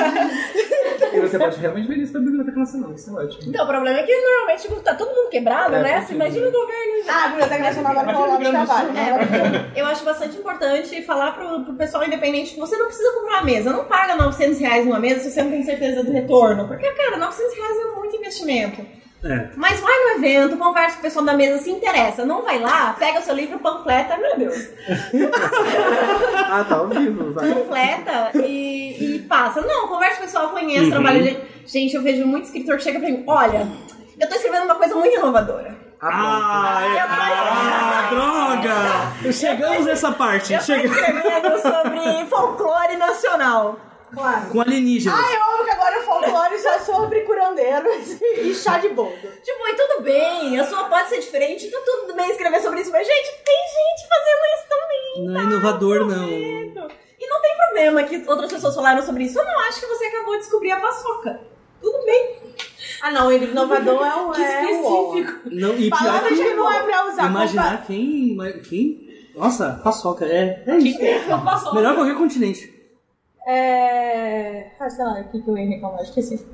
S5: E você pode realmente ver isso pra Biblioteca Nacional, isso é ótimo.
S6: Então, o problema é que normalmente tipo, tá todo mundo quebrado,
S5: É,
S6: né?
S5: faz
S6: Você imagina o governo. gente.
S1: ah, a Biblioteca Nacional vai
S3: Mas
S1: rolar de
S3: Rio Grande do Sul,
S1: trabalho.
S6: É, porque eu acho bastante importante falar pro, pro pessoal independente que você não precisa comprar a mesa. Não paga 900 reais numa mesa se você não tem certeza do retorno. Porque, cara, 900 reais é muito investimento.
S2: É.
S6: Mas vai no evento, conversa com o pessoal da mesa, se interessa. Não vai lá, pega o seu livro, panfleta, meu Deus.
S5: Ah, tá ao vivo, vai. Então,
S2: Uhum.
S6: Panfleta e, e passa. Não, conversa com o pessoal, conhece o trabalho dele. Gente, eu vejo muito escritor que chega pra mim, olha, eu tô escrevendo uma coisa muito inovadora.
S2: Ah, é- ah, droga! Chegamos nessa parte.
S6: Eu tô
S2: Chega...
S6: escrevendo um sobre folclore nacional.
S1: É, Claro.
S2: Com alienígenas.
S1: Ah, eu amo que agora o folclore só é sobre curandeiros e chá de boldo.
S6: Tipo, e tudo bem, a sua pode ser diferente, então tudo bem escrever sobre isso, mas gente, tem gente fazendo isso também.
S2: Não é inovador, não.
S6: E não tem problema que outras pessoas falaram sobre isso. Eu não acho que você acabou de descobrir a paçoca. Tudo bem.
S1: Ah, não, ele inovador é um.
S4: Que
S1: é um uol.
S4: específico.
S2: não e pior
S1: Palavras que não é pra usar.
S2: Imaginar
S1: Compa-
S2: quem, quem. Nossa, paçoca. É, é isso.
S4: Não passou.
S2: Melhor qualquer continente.
S1: É. Ah, sei lá, o que que eu ia reclamar? Esqueci.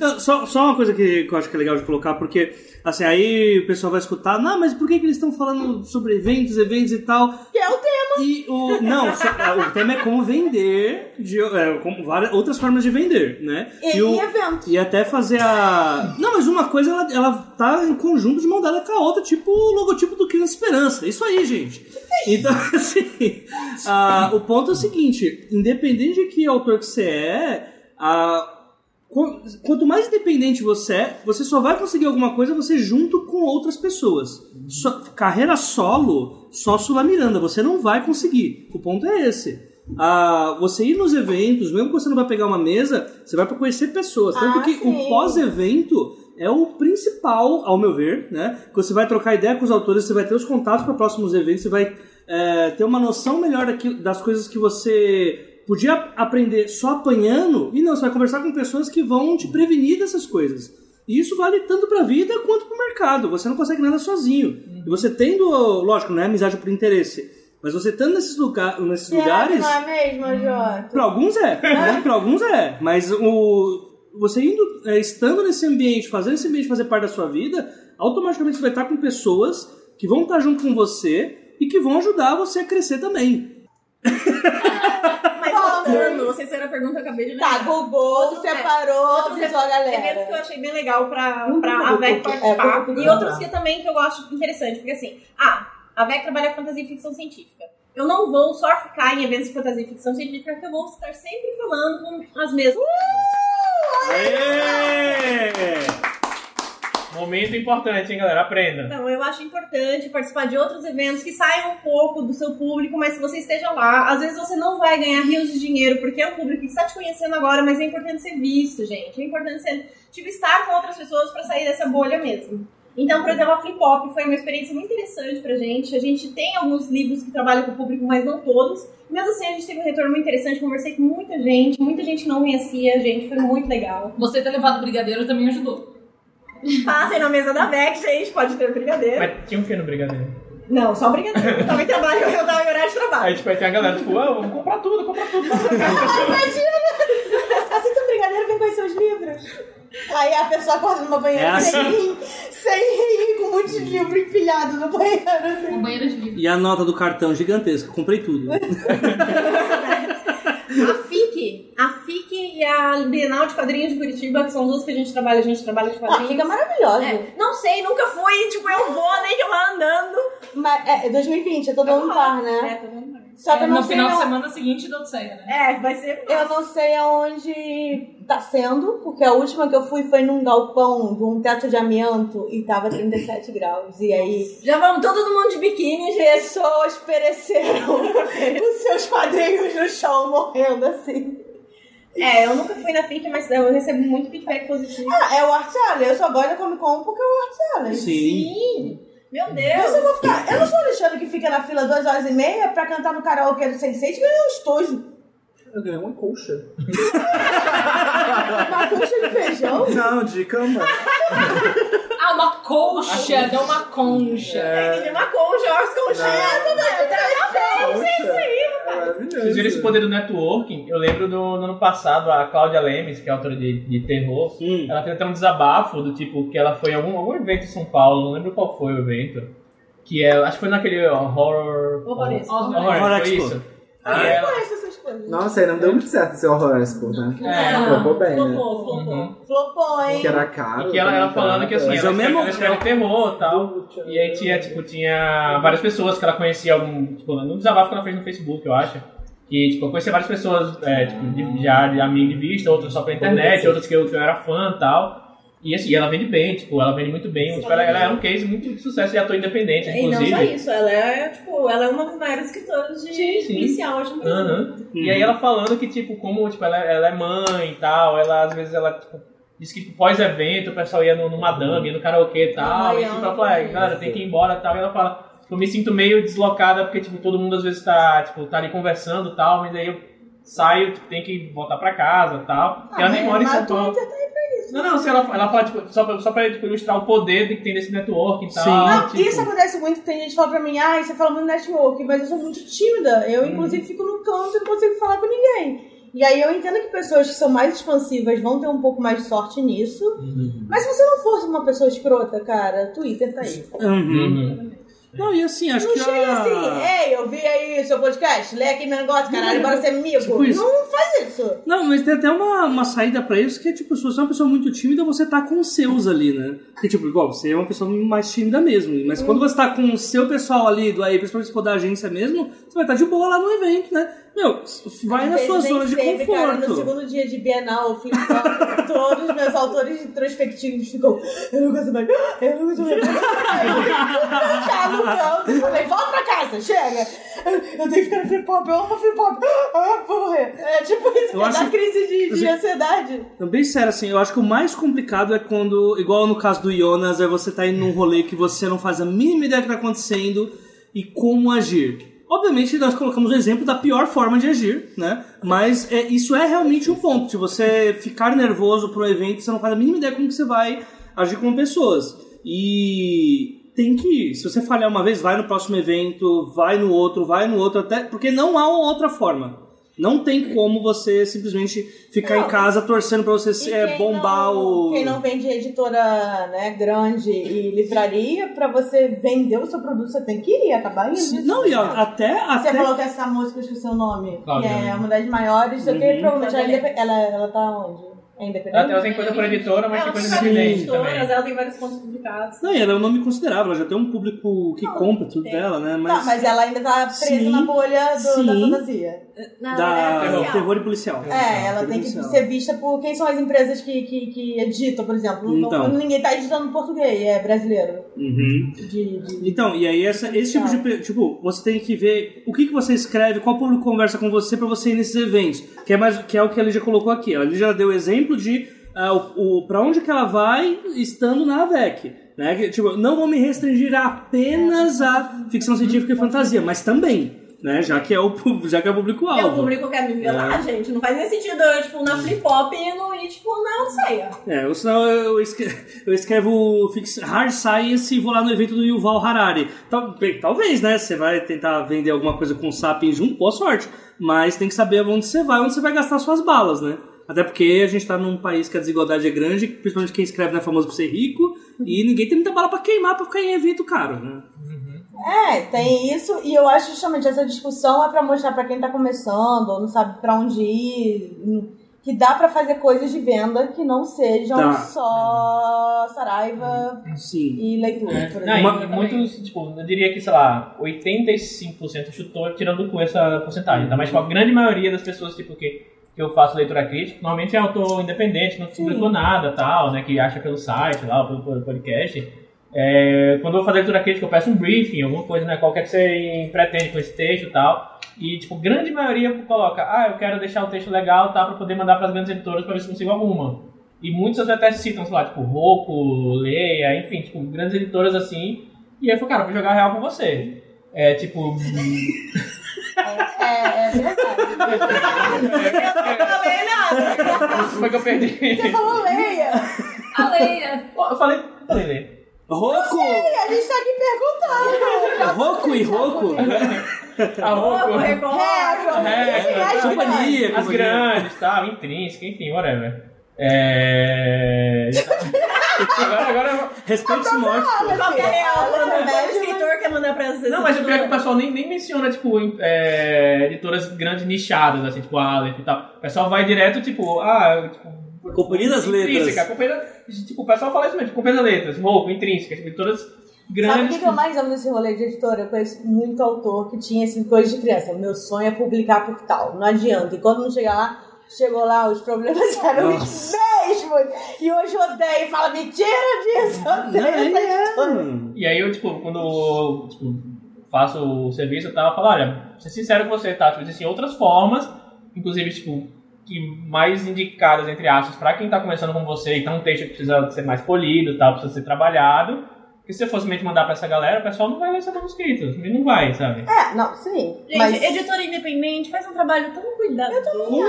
S2: Não, Só, só uma coisa que, que eu acho que é legal de colocar, porque assim, aí o pessoal vai escutar, não, mas por que, que eles estão falando sobre eventos, eventos e tal?
S1: Que é o tema.
S2: E o. Não, só- o tema é como vender, de, é, como várias outras formas de vender, né?
S1: E, é
S2: o-
S1: e evento.
S2: E até fazer a. Não, mas uma coisa ela, ela tá em conjunto de mão dada com a outra, tipo o logotipo do Criança Esperança. Isso aí, gente. Então, assim. ah, o ponto é o seguinte: independente de que autor que você é, ah, qu- quanto mais independente você é, você só vai conseguir alguma coisa você junto com outras pessoas. Só- carreira solo, só Sula Miranda, você não vai conseguir. O ponto é esse. Ah, você ir nos eventos, mesmo que você não vai pegar uma mesa, você vai para conhecer pessoas. Tanto
S1: Ah,
S2: que o
S1: sim.
S2: pós-evento é o principal, ao meu ver, né? Que você vai trocar ideia com os autores, você vai ter os contatos para próximos eventos, você vai é, ter uma noção melhor daquilo- das coisas que você podia aprender só apanhando, e não, você vai conversar com pessoas que vão te prevenir dessas coisas. E isso vale tanto pra vida quanto pro mercado. Você não consegue nada sozinho. E você tendo, lógico, não é amizade por interesse, mas você estando nesses, lugar, nesses
S1: Será que
S2: lugares.
S1: não é mesmo, Jota?
S2: Pra alguns é, né? Pra alguns é. Mas o. Você indo, é, estando nesse ambiente, fazendo esse ambiente fazer parte da sua vida, automaticamente você vai estar com pessoas que vão estar junto com você e que vão ajudar você a crescer também.
S6: Mas
S1: Bom,
S6: voltando, vocês fizeram a pergunta que eu acabei de
S1: Tá,
S6: lembrar.
S1: Google,
S6: Outro-
S1: separou, é
S6: outros
S1: avisou a
S6: Eventos que eu
S1: galera.
S6: achei bem legal pra,
S1: Não tem
S6: pra a
S1: como
S6: VEC
S1: colocar. É,
S6: participar.
S1: vou-
S6: e outros que também que eu acho interessante, porque assim, ah, a VEC trabalha fantasia e ficção científica. Eu não vou só ficar em eventos de fantasia e ficção científica, porque eu vou estar sempre falando com as mesmas.
S2: Aê!
S3: Momento importante, hein, galera? Aprenda.
S6: Então, eu acho importante participar de outros eventos que saiam um pouco do seu público, mas que você esteja lá. Às vezes você não vai ganhar rios de dinheiro, porque é um público que está te conhecendo agora, mas é importante ser visto, gente. É importante ser, tipo, estar com outras pessoas para sair dessa bolha mesmo. Então, por exemplo, a Flip Pop foi uma experiência muito interessante pra gente. A gente tem alguns livros que trabalham com o público, mas não todos. Mesmo assim, a gente teve um retorno muito interessante, conversei com muita gente, muita gente que não conhecia, gente, foi muito legal.
S4: Você ter levado o brigadeiro também ajudou.
S6: Passem na mesa da VEC, gente, pode ter brigadeiro.
S3: Mas tinha o que no brigadeiro?
S6: Não, só brincadeira. Eu também trabalho, eu tava em horário de
S3: Aí,
S6: trabalho.
S3: tipo, aí tem a galera, tipo, ah, vamos comprar tudo, comprar tudo.
S1: Aceita um brigadeiro, vem conhecer os livros. Aí a pessoa acorda numa banheira
S2: É
S1: sem
S2: assim.
S1: rir, sem rir, com um muitos livros empilhados no banheiro. assim.
S4: Um banheiro de livro.
S2: E a nota do cartão gigantesca, comprei tudo.
S6: A FIC, a FIC e a Bienal de Quadrinhos de Curitiba, que são duas que a gente trabalha, a gente trabalha de
S1: Ah,
S6: quadrinhos.
S1: fica maravilhosa.
S6: É, não sei, nunca fui, tipo, eu vou, nem que eu vá andando.
S1: Mas é 2020, é todo ano par, né?
S6: É, tô vendo.
S1: Só que eu não um-
S4: no
S1: sei
S4: final de
S1: aonde-
S4: semana seguinte da Odisseia, né?
S6: É, vai ser.
S1: Eu não sei aonde tá sendo, porque a última que eu fui foi num galpão de um teto de amianto e tava 37 graus. E aí
S6: Já vamos todo mundo de biquíni, gente.
S1: pessoas pereceram os seus quadrinhos no chão, morrendo assim.
S6: É, eu nunca fui na FIC, mas eu recebo muito feedback positivo.
S1: Ah, é o Art Alley. Eu só gosto da Comic Con porque é o Art Alley.
S2: Sim.
S6: Meu
S1: Eu,
S6: Deus.
S1: só vou ficar... eu não sou o Alexandre que fica na fila duas horas e meia pra cantar no karaokê do Sensei e ganhar um estojo.
S5: Eu ganhei uma colcha.
S1: Uma coxa de feijão.
S5: Não, de cama.
S4: Ah, uma colcha, não uma concha.
S2: é.
S1: É.
S6: Tem que uma concha, olha as conchinhas.
S1: né?
S5: isso aí, Maravilhoso.
S3: Vocês viram esse poder do networking? Eu lembro do no ano passado, a Cláudia Lemes, que é autora de, de terror,
S2: Hum.
S3: ela fez até um desabafo do tipo que ela foi em algum, algum evento em São Paulo, não lembro qual foi o evento. Que é, acho que foi naquele ó, horror.
S6: Horrores.
S3: Horror,
S2: Horror
S3: foi
S2: Expo.
S3: isso.
S5: Ah.
S3: E ela-
S1: Conheço essas coisas.
S5: Nossa, aí não deu muito certo seu horror expo, né?
S6: Ah,
S3: É.
S5: Flopou bem, né?
S6: Flopou, flopou.
S1: Flopou, hein?
S5: Que era caro.
S3: E que ela, ela falando que assim,
S2: Mas
S3: ela,
S2: é o mesmo-
S3: ela escreve terror e tal. E tipo, um aí tinha, tipo, tinha várias pessoas que ela conhecia, algum, tipo, num desabafo que ela fez no Facebook, eu acho. Que, tipo, eu conheci várias pessoas, é, tipo, de, já de amigo de vista, outras só pela internet, outras que eu, que eu era fã e tal. E assim, ela vende bem, tipo, ela vende muito bem. Tipo, ela, ela é um case muito de sucesso de ator independente,
S6: E não só
S3: inclusive.
S6: isso, ela é, tipo, ela é uma das maiores escritoras de
S3: Sim, sim.
S6: policial hoje no Brasil.
S3: Aham. E aí ela falando que, tipo, como tipo, ela, ela é mãe e tal, ela às vezes ela, tipo, disse que tipo, pós-evento o pessoal ia no, no madame, ia no karaokê e tal,
S6: Ah,
S3: e
S6: é
S3: tipo,
S6: uma
S3: ela fala, "Ai,
S6: coisa.
S3: cara, tem que ir embora e tal, e ela fala, eu me sinto meio deslocada porque, tipo, todo mundo às vezes tá, tipo, tá ali conversando e tal, mas aí eu saio, tipo, tem que voltar pra casa e tal. e
S1: é,
S3: ela nem mora em São Paulo. Não, não, assim, ela, ela fala, tipo, só pra, só pra tipo, ilustrar o poder que tem nesse network e tal.
S2: Sim.
S1: Não,
S3: tipo,
S1: isso é acontece muito, tem gente que fala pra mim, ai, você fala muito network, mas eu sou muito tímida.
S3: Hum.
S1: Eu, inclusive, fico no canto e não consigo falar com ninguém. E aí eu entendo que pessoas que são mais expansivas vão ter um pouco mais de sorte nisso.
S3: Uhum.
S1: Mas se você não for uma pessoa escrota, cara, Twitter tá aí.
S2: Uhum.
S3: Uhum.
S2: Não, e assim, acho
S1: não
S2: que.
S1: chega
S2: a-
S1: assim, ei, eu vi aí seu podcast, lê aqui meu negócio, caralho, bora ser amigo.
S2: Tipo isso.
S1: Não faz isso.
S2: Não, mas tem até uma, uma saída pra isso que é tipo, se você é uma pessoa muito tímida, você tá com os seus ali, né? Porque, tipo, igual, você é uma pessoa mais tímida mesmo. Mas quando você tá com o seu pessoal ali, do aí, principalmente se for da agência mesmo, você vai estar de boa lá no evento, né? Meu, vai na
S1: Às
S2: sua
S1: vezes nem
S2: zona de
S1: sempre, Cara, no
S2: conforto.
S1: segundo dia de Bienal, eu fico, todos os meus autores introspectivos ficam, eu não gosto mais, eu não gosto mais. Eu já no canto, eu falei, volta pra casa, chega. Eu tenho que ficar no free pop, eu amo free pop, ah, vou morrer. É tipo isso,
S2: Eu
S1: é
S2: acho-
S1: da crise de, de
S2: assim-
S1: ansiedade.
S2: Então, bem sério, assim, eu acho que o mais complicado é quando, igual no caso do Jonas, é você tá indo num rolê que você não faz a mínima ideia do que tá acontecendo e como agir. Obviamente, nós colocamos o exemplo da pior forma de agir, né? Mas é, isso é realmente um ponto. Se você ficar nervoso pro evento, você não faz a mínima ideia como que você vai agir com pessoas. E tem que ir. Se você falhar uma vez, vai no próximo evento, vai no outro, vai no outro, até porque não há outra forma. Não tem como você simplesmente ficar
S1: Não.
S2: em casa torcendo pra você se-
S1: E
S2: é,
S1: quem não-
S2: bombar o.
S1: Quem não vende editora né, grande e livraria, pra você vender o seu produto, você tem que ir acabar indo.
S2: Não, e ó, até.
S1: Você
S2: até...
S1: falou que essa música, eu esqueci o nome,
S3: Cláudia,
S1: que é
S3: né?
S1: uma das maiores, só que
S3: Uhum.
S1: provavelmente ela, é indep- ela, ela tá onde? É
S3: Ela, tá ela
S1: independente?
S3: tem coisa por editora, mas
S6: Ela
S3: tem coisa
S6: tem várias
S3: independente
S6: editoras,
S3: também.
S6: ela tem vários contos publicados.
S2: Não, e ela é um nome considerável, ela já tem um público que compra tudo
S6: tem.
S2: dela, né?
S1: Tá,
S2: Mas.
S1: mas ela ainda tá presa
S2: Sim,
S1: na bolha do- da
S2: sim. tá
S1: fantasia.
S6: Na
S2: Da...
S6: é oficial.
S2: Terror e policial.
S1: É, ela tem que
S2: Policial.
S1: ser vista por quem são as empresas que, que, que editam, por exemplo. Não-
S2: Então.
S1: Ninguém tá editando em português, é brasileiro.
S2: Uhum.
S1: De, de-
S2: Então, e aí essa- esse tipo de. pe- Tipo, você tem que ver o que, que você escreve, qual público conversa com você pra você ir nesses eventos. Que é, mais, que é o que a Lígia colocou aqui. ó. A Lígia deu exemplo de ah, o, o, pra onde que ela vai estando na AVEC. Né? Que, tipo, não vou me restringir apenas à ficção científica e fantasia, mas também, né? Já que é o, pú- já que é o
S6: Porque o
S2: público-alvo.
S6: público quer me
S3: É.
S6: violar, gente. Não faz nem sentido eu, tipo, na flip hop e não ir, tipo, não sei.
S2: É, ou senão eu, escre- eu escrevo fix- hard science e vou lá no evento do Yuval Harari. Tal- bem, talvez, né? Você vai tentar vender alguma coisa com sapiens junto, boa sorte. Mas tem que saber onde você vai, onde você vai gastar suas balas, né? Até porque a gente tá num país que a desigualdade é grande, principalmente quem escreve não é famoso por ser rico, e ninguém tem muita bala pra queimar pra ficar em evento caro, né?
S1: É, tem isso, e eu acho justamente essa discussão é pra mostrar pra quem tá começando, ou não sabe pra onde ir, que dá pra fazer coisas de venda que não sejam
S2: Tá.
S1: só Saraiva
S2: Sim.
S1: e leitura, por
S3: Não, e
S1: exemplo.
S3: e muitos, tipo, eu diria que, sei lá, 85% chutou tirando com essa porcentagem, tá? Mas, tipo, a grande maioria das pessoas, tipo, que, que eu faço leitura crítica, normalmente é autor independente, que não publicou nada, tal, né? Que acha pelo site, lá, pelo, pelo podcast. É, quando eu vou fazer leitura crítica, eu peço um briefing, alguma coisa, né? Qual que é que você pretende com esse texto e tal. E, tipo, grande maioria coloca, ah, eu quero deixar o texto legal, tá? Pra poder mandar pras grandes editoras pra ver se consigo alguma. E muitas até citam, sei lá, tipo, Roku, Leia, enfim, tipo, grandes editoras assim. E aí eu falo, cara, eu vou jogar real com você. É, tipo...
S1: É, é verdade.
S6: Também nada.
S3: Foi que eu perdi.
S1: Você falou leia!
S4: A Leia.
S3: Pô, eu falei, falei né? Leia.
S2: Roco!
S1: A gente tá aqui perguntando!
S2: Roco e Roco!
S3: A Roku,
S6: Pô,
S3: é,
S6: Record.
S1: Record,
S3: é,
S1: as grandes.
S2: Companhia,
S3: as
S2: companhia.
S3: grandes, tal, intrínseca, enfim, whatever. É... Agora, agora...
S2: Respeite esse morte. pô.
S1: Olha,
S6: Qualquer real,
S1: olha,
S6: mano. Todo
S1: médico,
S6: um escritor quer mandar pra
S3: Não, mas o pior é que o pessoal nem, nem menciona, tipo, em- é, editoras grandes nichadas, assim, tipo, a Aleph e tal. O pessoal vai direto, tipo, ah, tipo...
S2: Companhia das Letras.
S3: Intrínseca, companhia- tipo, o pessoal fala isso mesmo, tipo, companhia das letras, roupa, intrínseca, tipo, todas...
S1: Sabe o
S2: grande.
S1: que, que eu mais amo nesse rolê de editora? Eu conheço muito autor que tinha esse coisa de criança. Meu sonho é publicar por tal. Não adianta. E quando não chegar lá, chegou lá, os problemas eram os mesmos. E hoje eu odeio. Fala, me tira disso. Eu
S2: Não,
S1: odeio
S2: é,
S1: essa
S2: é.
S1: editora.
S3: E aí eu, tipo, quando eu, tipo, faço o serviço e tal, eu falo, olha, vou ser sincero com você, tá? Tipo, existem outras formas, inclusive, tipo, que mais indicadas, entre aspas, pra quem tá começando com você, então um texto que precisa ser mais polido e tal, precisa ser trabalhado. Porque se eu fosse mesmo mandar pra essa galera, o pessoal não vai ler essa mosquito. Não vai, sabe?
S1: É, não, sim.
S6: Gente,
S1: mas...
S6: editora independente faz um trabalho tão cuidado. Eu tô
S2: Com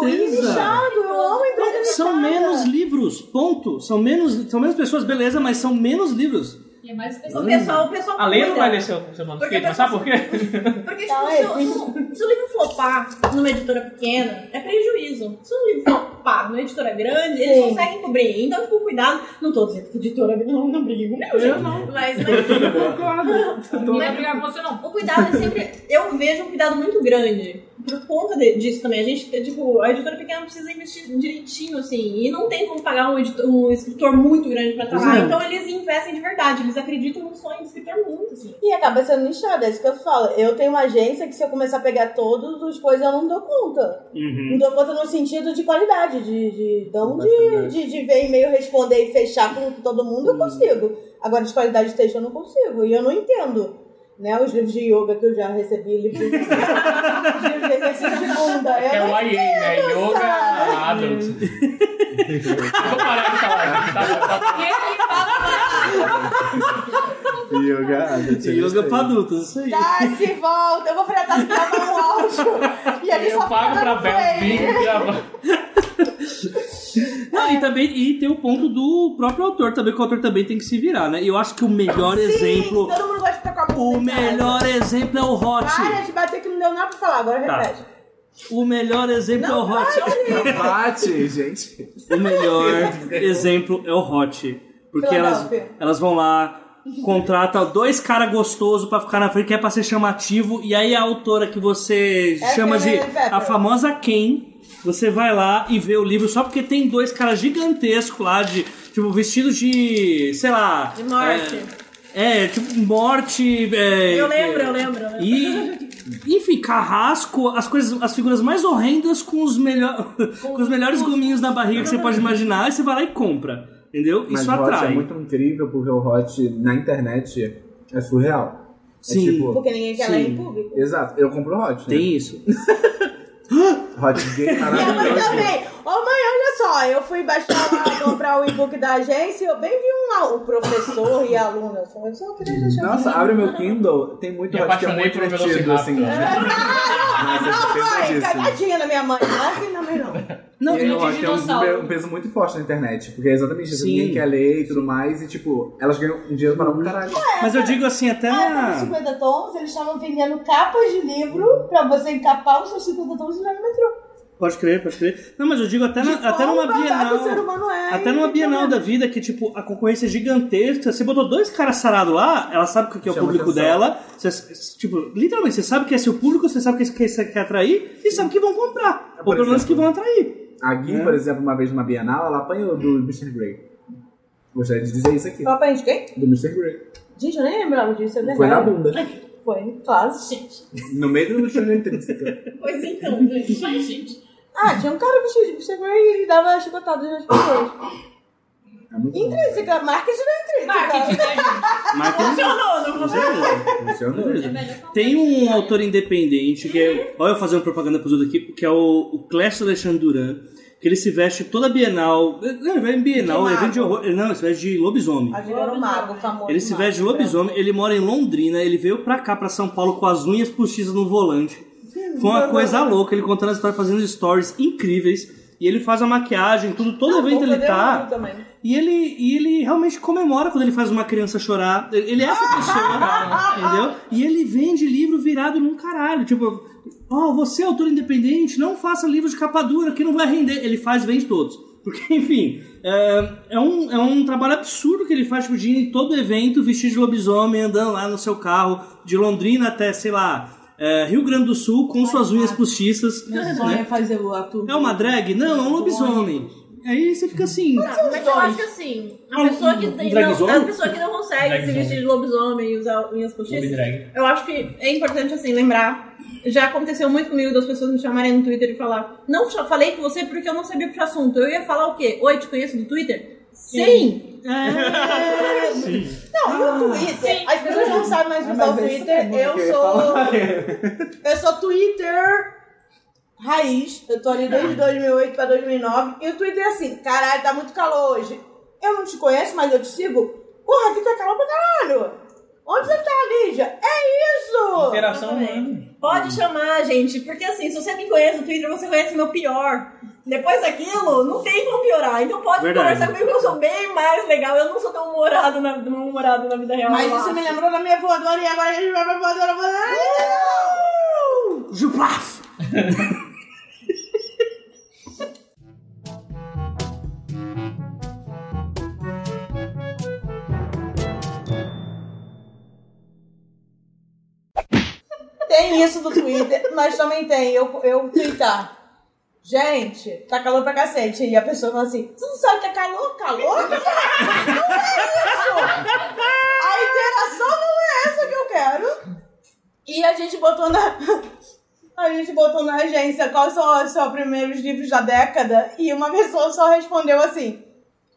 S2: certeza.
S1: Inchado, eu amo empresa
S2: São
S1: limitada.
S2: menos livros, ponto. São menos, são menos pessoas, beleza, mas são menos livros.
S4: E é mais
S3: Tá
S4: específico.
S6: O pessoal, o pessoal
S3: A lei não
S6: cuida.
S3: vai ler seu, seu manuscrito,
S6: Porque
S3: mas sabe por quê?
S6: Porque, tipo,
S1: Tá,
S6: se,
S1: é,
S6: o- se o- se o livro flopar numa editora pequena, é prejuízo. Se o livro flopar numa editora grande, eles
S1: Sim.
S6: conseguem cobrir. Então, tipo, cuidado. Não tô dizendo que editora grande não, não brigue comigo, gente.
S5: não.
S6: Mas, mas
S5: Concordo.
S4: Não é brigar com você, não.
S6: o cuidado é sempre... Eu vejo um cuidado muito grande. Por conta de- disso também. A gente, é, tipo, a editora pequena precisa investir direitinho, assim. E não tem como pagar um, editor, um escritor muito grande pra
S2: Pois
S6: trabalhar.
S2: é.
S6: Então, eles investem de verdade. Eles acreditam no sonho do escritor muito, assim.
S1: E acaba sendo nichado, é isso que eu falo. Eu tenho uma agência que se eu começar a pegar todos os coisas, eu não dou conta.
S3: Uhum.
S1: Não dou conta no sentido de qualidade, de, de, não de, de, de ver e-mail, responder e fechar com todo mundo,
S2: Uhum.
S1: eu consigo. Agora, de qualidade de texto, eu não consigo. E eu não entendo. Né, os livros de yoga que eu já recebi, livros de, livros de exercício de bunda.
S3: É
S1: Eu
S3: o
S1: não
S3: AI, né? Yoga,
S1: sabe?
S3: adults. Vou parar de falar. tá? Tá-
S5: Yoga. ah, gente, eu
S2: Yoga
S5: gostei.
S2: pra adultos, é isso aí.
S1: Dá, se volta. Eu vou fretar se gravar um áudio. E ele
S3: Eu
S1: só
S3: pago
S1: fica
S3: pra
S1: no
S3: Bel
S1: play.
S3: Big gravar.
S2: Não, e também e tem o ponto do próprio autor também, que o autor também tem que se virar, né? E eu acho que o melhor exemplo.
S1: Todo mundo gosta de ficar com a bunda
S2: O
S1: em casa.
S2: melhor exemplo é o Hot.
S1: então, Para de bater que não deu nada pra falar, agora
S2: Tá.
S1: repete.
S2: O melhor exemplo é o Hot.
S5: Bate, gente.
S2: O melhor exemplo é o Hot. Porque elas,
S1: Filadélfia.
S2: elas vão lá, contratam dois caras gostosos pra ficar na frente, que é pra ser chamativo. E aí a autora que você
S1: É
S2: chama de
S1: Fernanda Pepper.
S2: a famosa quem, você vai lá e vê o livro só porque tem dois caras gigantescos lá, de tipo, vestido de, sei lá...
S6: De morte.
S2: É, é, tipo, morte... é,
S6: Eu lembro, eu lembro. eu lembro.
S2: e, enfim, carrasco, as coisas, as figuras mais horrendas com os, melhor, com os melhores gominhos na barriga que você pode imaginar, e você vai lá e compra. Entendeu?
S5: Mas
S2: Isso
S5: o Hot
S2: atrai.
S5: é muito incrível porque o Hot na internet é surreal.
S2: Sim.
S5: É tipo,
S1: Porque ninguém quer ler
S2: Sim.
S1: em público.
S5: exato, eu compro o Hot. Né?
S2: Tem isso.
S5: Hot gay
S1: Minha mãe
S5: maravilhoso.
S1: também. Ô mãe, olha só, eu fui baixar lá, comprar o e-book da agência e eu bem vi um lá, o professor e a aluna. Eu só- Eu só queria deixar
S5: Nossa, abre meu Kindle, tem muito
S3: Me
S5: Hot que é
S3: apaixonei
S5: muito
S3: pelo
S5: divertido, assim.
S3: Velociraptor.
S5: Nossa, eu
S1: Não, mãe,
S5: tenho disso.
S1: cagadinha na minha mãe. Não é assim na mãe, não.
S2: Não,
S5: e aí,
S2: e-
S5: o Hot é um,
S4: dinossauro.
S5: um peso muito forte na internet, porque é exatamente isso.
S2: Sim.
S5: Ninguém quer ler e tudo mais, e tipo, elas ganham um dinheiro para um caralho.
S2: mas eu digo assim, até
S1: Ah,
S2: na.
S1: nos 50 tons, eles estavam vendendo capas de livro pra você encapar os seus 50 tons e levar no metrô.
S2: Pode crer, pode crer. Não, mas eu digo até, na- até
S1: Como
S2: numa
S1: babaca
S2: Bienal.
S1: O ser humano é,
S2: Até numa
S1: e-
S2: Bienal da vida que, tipo, a concorrência é gigantesca. Você botou dois caras sarados lá, ela sabe o que que é o
S5: Chama
S2: público
S5: atenção.
S2: dela. Você- tipo, literalmente, você sabe que é seu público, você sabe que que você quer atrair e sabe que vão comprar. Ou
S5: É Por
S2: pelo menos
S5: exemplo.
S2: que vão atrair.
S5: A Gui,
S2: É.
S5: por exemplo, uma vez numa Bienal, ela apanhou do Mr. Grey. Gostaria de dizer isso aqui.
S1: Papai de quem?
S5: Do Mr. Grey.
S1: Gente, eu nem lembrava disso, é verdade.
S5: Foi na bunda.
S1: Foi, quase, gente.
S5: No meio do luxúria intrínseca.
S6: Pois então, gente.
S4: Mas, gente,
S1: Ah, tinha um cara vestido de bicha grey e dava chicotadas nas pessoas.
S5: É muito bom.
S1: Intrínseca, marketing não é
S4: marketing,
S1: intrínseca.
S4: né, gente?
S2: Mas tem- um com certeza.
S5: Funcionou.
S4: É melhor falar.
S2: Tem um autor independente que é. Olha eu fazendo propaganda pros outros aqui, que é o, o Clécio Alexandre Duran, que ele se veste toda Bienal. Não, ele vai em Bienal,
S1: De
S2: ele vem de
S1: mago.
S2: horror. Não, ele se veste de lobisomem.
S1: A gente era um mago famoso. né?
S2: Ele se
S1: mago,
S2: veste de lobisomem, ele mora em Londrina, ele veio pra cá, pra São Paulo, com as unhas postiças no volante. Foi uma coisa louca, ele contando a história, fazendo stories incríveis. E ele faz a maquiagem, tudo, todo
S1: branco.
S2: evento ele
S1: Vou fazer
S2: tá.
S1: muito também.
S2: E ele, e ele realmente comemora quando ele faz uma criança chorar. Ele ele é essa pessoa, entendeu? E ele vende livro virado num caralho. Tipo, ó, você é autor independente, não faça livro de capa dura, que não vai render. Ele faz e vende todos. Porque, enfim, é, é um, é um trabalho absurdo que ele faz, tipo, de ir em todo evento, vestido de lobisomem, andando lá no seu carro, de Londrina até, sei lá, é, Rio Grande do Sul, com suas unhas postiças. né?
S6: é
S1: Meu sonho é fazer o ato.
S2: É uma drag? Não, é um lobisomem. Aí você fica assim.
S6: Não, mas eu acho que assim, a
S2: Ah,
S6: pessoa que
S2: um
S6: tem.
S2: dragzone?
S6: Não, a pessoa que não consegue se
S3: Dragzone.
S6: vestir de lobisomem e usar unhas
S3: Clube
S6: postiças,
S3: drag.
S6: eu acho que é importante assim lembrar. Já aconteceu muito comigo das pessoas me chamarem no Twitter e falar: Não já falei com você porque eu não sabia puxar assunto. Eu ia falar o quê? Oi, te conheço do Twitter?
S3: Sim.
S6: Sim!
S1: Não, no Twitter.
S6: sim.
S1: As pessoas não sabem mais usar o Twitter. Eu sou. Eu sou Twitter raiz. Eu tô ali desde 2008 pra 2009. E o Twitter é assim: caralho, tá muito calor hoje. Eu não te conheço, mas eu te sigo. Porra, aqui tá calor pra caralho. Onde você tá, Lídia? É isso!
S3: Interação
S6: Exatamente.
S3: humana.
S6: Pode chamar, gente, porque assim, se você me conhece no Twitter, você conhece meu pior. Depois daquilo, não tem como piorar. Então pode
S2: Verdade.
S6: conversar comigo que eu sou bem mais legal. Eu não sou tão humorado na, tão humorado na vida real.
S1: Mas
S6: eu
S1: isso
S6: acho.
S1: me lembrou da minha voadora e agora a gente vai pra voadora voadora.
S2: Juplaf!
S1: Tem isso do Twitter, mas também tem. Eu, eu twittar. Gente, tá calor pra cacete. E a pessoa fala assim: Você não sabe o que é calor? Calor? Não é isso! A interação não é essa que eu quero. E a gente botou na. A gente botou na agência quais são os seus primeiros livros da década. E uma pessoa só respondeu assim: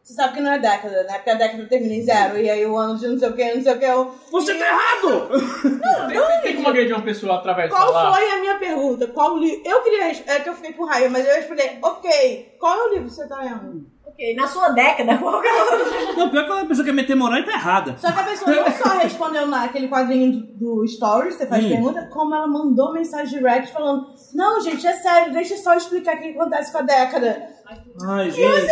S1: Você sabe que não é década, né? Porque a década termina em zero. E aí o ano de não sei o que, não sei o que. Eu...
S2: Você tá errado!
S3: Tem, tem como agredir uma pessoa através do
S1: Qual
S3: celular?
S1: foi a minha pergunta? Qual livro? Eu queria. res- É que eu fiquei com raiva, mas eu respondi, ok, qual é o livro que você tá lendo?
S6: Ok, na sua década, qual que é o-
S2: Não, pior que a pessoa quer meter moral e tá errada.
S1: Só que a pessoa não só respondeu naquele quadrinho do, do Stories, você faz
S2: Hum.
S1: pergunta, como ela mandou mensagem direct falando: Não, gente, é sério, deixa eu só explicar o que acontece com a década.
S2: Ai, gente.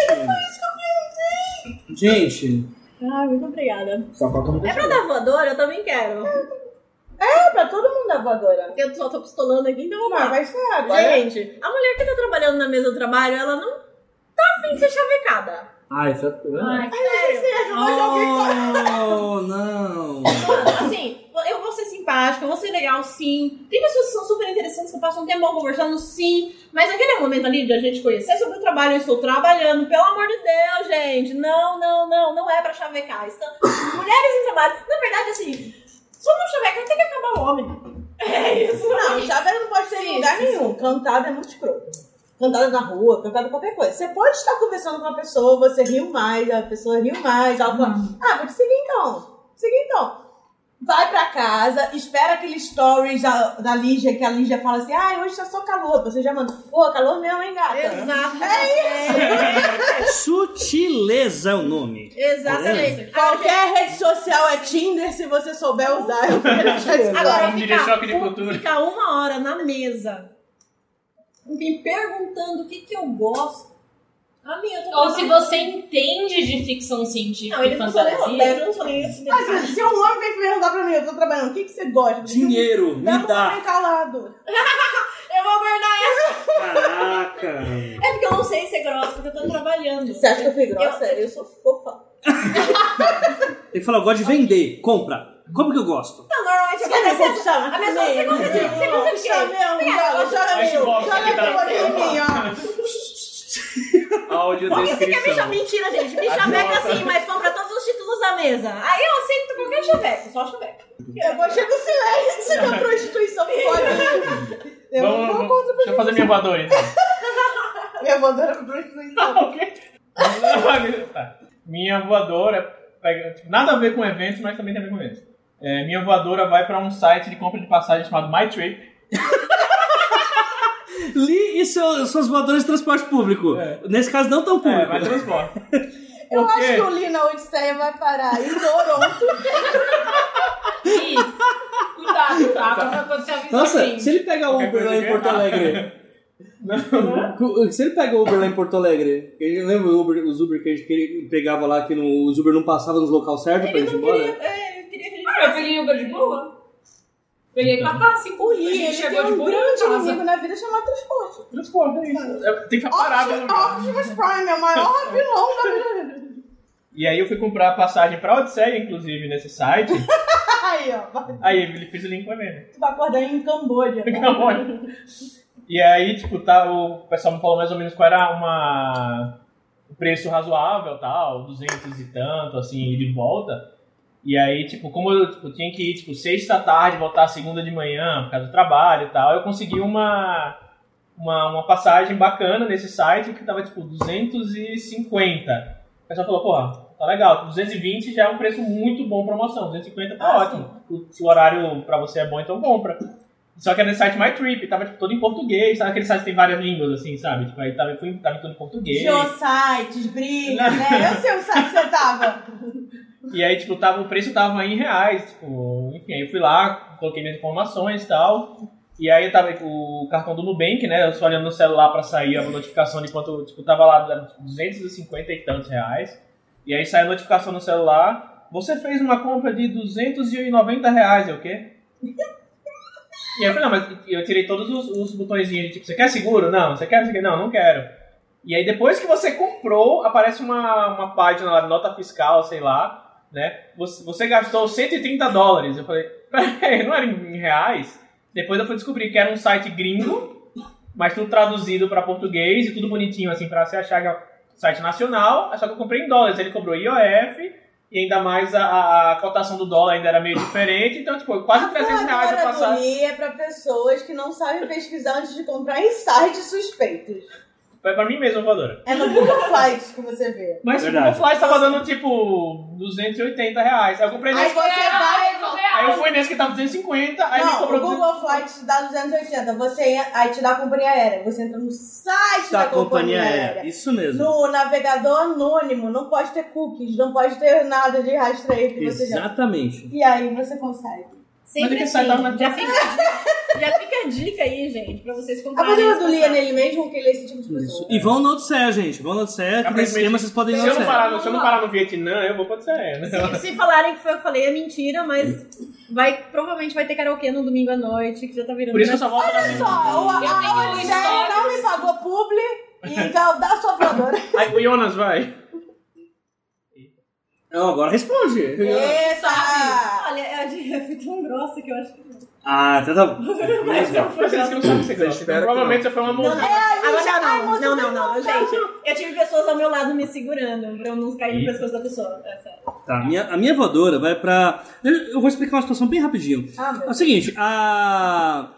S2: Gente,
S6: Ah, muito obrigada.
S5: Só falta um
S6: É pra dar voadora? Eu também quero.
S1: É, pra todo mundo é voadora.
S6: Eu só tô pistolando aqui, então vamos
S1: Mas
S6: lá.
S1: vai ser agora.
S6: Gente, a mulher que tá trabalhando na mesa do trabalho, ela não tá afim de ser chavecada.
S5: Ah, isso é.
S4: Ai,
S2: Oh, não.
S6: Mano, assim, eu vou ser simpática, eu vou ser legal, sim. Tem pessoas que são super interessantes que eu passo um tempo conversando, sim. Mas aquele momento ali de a gente conhecer sobre o trabalho, eu estou trabalhando, pelo amor de Deus, gente. Não, não, não, não é pra chavecar. Então, mulheres em trabalho, na verdade, assim, só não chavecar tem que acabar o homem. É isso.
S1: Não, chave não pode ser em
S6: Sim,
S1: lugar
S6: sim,
S1: nenhum. Cantada é muito escroto. Cantada na rua, cantada qualquer coisa. Você pode estar conversando com uma pessoa, você riu mais, a pessoa riu mais, ela fala, ah, vou te seguir então. te Seguir então. Vai pra casa, espera aquele stories da, da Lígia, que a Lígia fala assim, ah, hoje tá só calor. Você já manda, pô, calor mesmo, hein, gata?
S6: Exato. É isso.
S2: Sutileza é o nome.
S6: Exatamente.
S1: Qualquer rede social é Tinder, se você souber usar. Eu quero te ajudar.
S6: Agora,
S3: Como diria
S6: ficar,
S3: choque de
S6: um-
S3: cultura.
S6: ficar uma hora na mesa me perguntando o que, que eu gosto. Amiga, eu tô
S4: Ou se
S6: falando-
S4: você entende de ficção científica
S6: Não,
S4: e
S6: ele não né? sou nem
S4: fantasia.
S6: roteiro, eu não sou nem esse detalhe.
S1: Mas se um homem vem perguntar pra mim, eu tô trabalhando, o que, que você gosta?
S2: Dinheiro,
S1: Não,
S2: me
S1: não tá
S2: dá.
S1: bem calado.
S6: Eu vou guardar essa.
S2: Caraca.
S6: É porque eu não sei ser grossa, porque eu tô trabalhando.
S1: Você acha que eu fui grossa? Eu, sou fofa.
S2: Ele fala, eu gosto de vender, compra. Como que eu gosto?
S6: Não, Então, normalmente
S1: Você quer
S6: acontece.
S1: dizer que chama?
S6: A pessoa, você gosta de- você gosta de quê?
S1: Chama eu, joga, joga
S3: Esse
S1: meu.
S3: box aqui
S1: Joga meu
S3: tá-
S1: olho em mim, ó.
S3: Áudio
S6: Por que você quer me
S1: é
S6: chamar?
S3: descrição.
S6: Mentira, gente. Me chaveca assim, mas compra todos os títulos da mesa. Aí eu aceito qualquer chaveca, só chaveca.
S1: Eu vou chegar no silêncio da prostituição foda. Eu
S3: Vamos,
S1: não vou
S3: vamos, deixa eu fazer minha voadora então.
S1: contra minha voadora pra prostituição.
S3: Ah, o quê? Tá. Minha voadora pega- tipo, nada a ver com eventos, mas também tem a ver com eventos. É, minha voadora vai pra um site de compra de passagem chamado MyTrip.
S2: Li e seu, suas voadoras de transporte público.
S3: É.
S2: Nesse caso, não tão
S3: É,
S2: público.
S3: vai transporte.
S1: Eu
S3: Por quê?
S1: acho que o Lina Odisseia vai parar em Toronto.
S4: Ih, Cuidado, tá? Pra você avisar
S2: Nossa,
S4: assim.
S2: se ele pega o
S3: Qualquer
S2: Uber lá
S3: coisa
S2: em
S3: que
S2: Porto
S3: dá.
S2: Alegre. Cu- Se ele pega o Uber lá em Porto Alegre, eu lembro o Uber, os Uber que a gente pegava lá, que no, os Uber não passavam nos local certo pra
S6: Ele
S2: gente ir
S6: não
S2: embora?
S6: queria. É, ele queria que a gente.
S4: Ah, eu peguei Uber de boa. Peguei Catar, assim, corri.
S1: E
S4: Ele
S1: ele tem
S4: chegou de
S1: um
S4: boa
S1: grande
S4: em casa.
S1: inimigo na vida chamado transporte.
S3: Transporte, é isso. É, Tem que ficar parado. no lugar.
S1: Optimus Prime é o maior vilão da vida
S3: E aí eu fui comprar a passagem pra Odisseia, inclusive, nesse site.
S1: Aí, ó.
S3: Aí ele fez o link com o evento.
S1: Tu vai acordar em Camboja.
S3: Acabou. E aí, tipo, tá, o pessoal me falou mais ou menos qual era uma. o preço razoável, tal, 200 e tanto, assim, e de volta. E aí, tipo, como eu tipo, tinha que ir, tipo, sexta à tarde, voltar segunda de manhã, por causa do trabalho e tal, eu consegui uma, uma, uma passagem bacana nesse site que tava, tipo, 250. O pessoal falou, porra, tá legal, 220 já é um preço muito bom promoção, 250 tá
S1: Ah,
S3: ótimo. O, se o horário pra você é bom, então compra. Só que era no site MyTrip, tava, tipo, todo em português, sabe? Aquele site que tem várias línguas, assim, sabe? Tipo, aí tava, foi- tava todo em português.
S1: Show sites, brilho, né? Eu sei o site que você tava.
S3: E aí, tipo, tava, o preço tava em reais, tipo, enfim, aí eu fui lá, coloquei minhas informações e tal. E aí tava tipo, o cartão do Nubank, né? Eu só olhando no celular pra sair a notificação de quanto, tipo, tava lá era, tipo, 250 e tantos reais. E aí saiu a notificação no celular. Você fez uma compra de 290 reais, é o quê? E aí eu falei, não, mas eu tirei todos os, os botõezinhos de tipo, você quer seguro? Não, você quer não sei o quê? Não, não quero. E aí depois que você comprou, aparece uma, uma página lá, nota fiscal, sei lá, né? Você, você gastou 130 dólares. Eu falei, peraí, não era em reais? Depois eu fui descobrir que era um site gringo, mas tudo traduzido para português e tudo bonitinho, assim, para você achar que é um site nacional. Só que eu comprei em dólares. Ele cobrou IOF e ainda mais a, a cotação do dólar ainda era meio diferente. Então, tipo, quase 300 reais eu
S1: Agora
S3: passava.
S1: dormir é pra pessoas que não sabem pesquisar antes de comprar em sites suspeitos.
S3: Foi pra mim mesmo, voadora.
S1: É no Google Flights que você vê.
S3: Mas
S2: Verdade.
S3: o Flash tava dando, tipo, 280 reais. Aí eu comprei
S1: Aí
S3: nesse.
S4: É,
S1: você vai.
S3: Aí eu fui nesse que tava 250, aí ele
S1: Não,
S3: cobrou
S1: o Google Flights te dá 280. Você, aí te dá a companhia aérea. Você entra no site da,
S2: Da companhia aérea. Isso mesmo.
S1: No navegador anônimo, não pode ter cookies, não pode ter nada de rastreio que você já.
S2: Exatamente.
S1: E aí você consegue.
S3: Mas é
S6: Sempre
S3: que
S6: assim,
S3: sai da uma-
S6: já fica, já fica a dica aí, gente, pra vocês
S1: A
S6: comprarem.
S1: bandeira
S6: esse
S1: do Lia é nele
S6: passagem.
S1: mesmo, que ele é esse tipo de pessoa.
S2: E vão no Odisseia, gente. Vão no Odisseia, que nesse
S3: Aparentemente,
S2: esquema vocês podem ir
S3: Se
S2: no
S3: eu, não
S2: Odisseia.
S3: parar no, se eu não parar no Vietnã, eu vou pra Odisseia, né?
S6: Se, se falarem que foi eu que falei, é mentira, mas vai, provavelmente vai ter karaokê no domingo à noite, que já tá virando.
S3: Por isso que eu só volto pra
S1: Só, o- a,
S4: Eu tenho
S1: a Odisseia
S4: histórias.
S1: não me pagou publi e então dá sua voadora.
S3: Aí o Jonas vai.
S2: Não, agora responde.
S1: Eita!
S6: Olha, a dica foi tão grossa que eu acho que.
S2: Ah, tá, tá. Beleza.
S3: Vocês que não sabem o que você gosta.
S5: espera que
S3: Provavelmente você foi uma
S6: Não,
S3: mãozinha.
S6: agora
S1: Ai,
S6: não,
S1: moça,
S6: não, não, não, gente. Eu tive pessoas ao meu lado me segurando pra eu não cair no pescoço da pessoa. É sério.
S2: Tá, minha, a minha voadora vai pra. Eu eu vou explicar uma situação bem rapidinho.
S1: Ah, meu
S2: É o seguinte, a.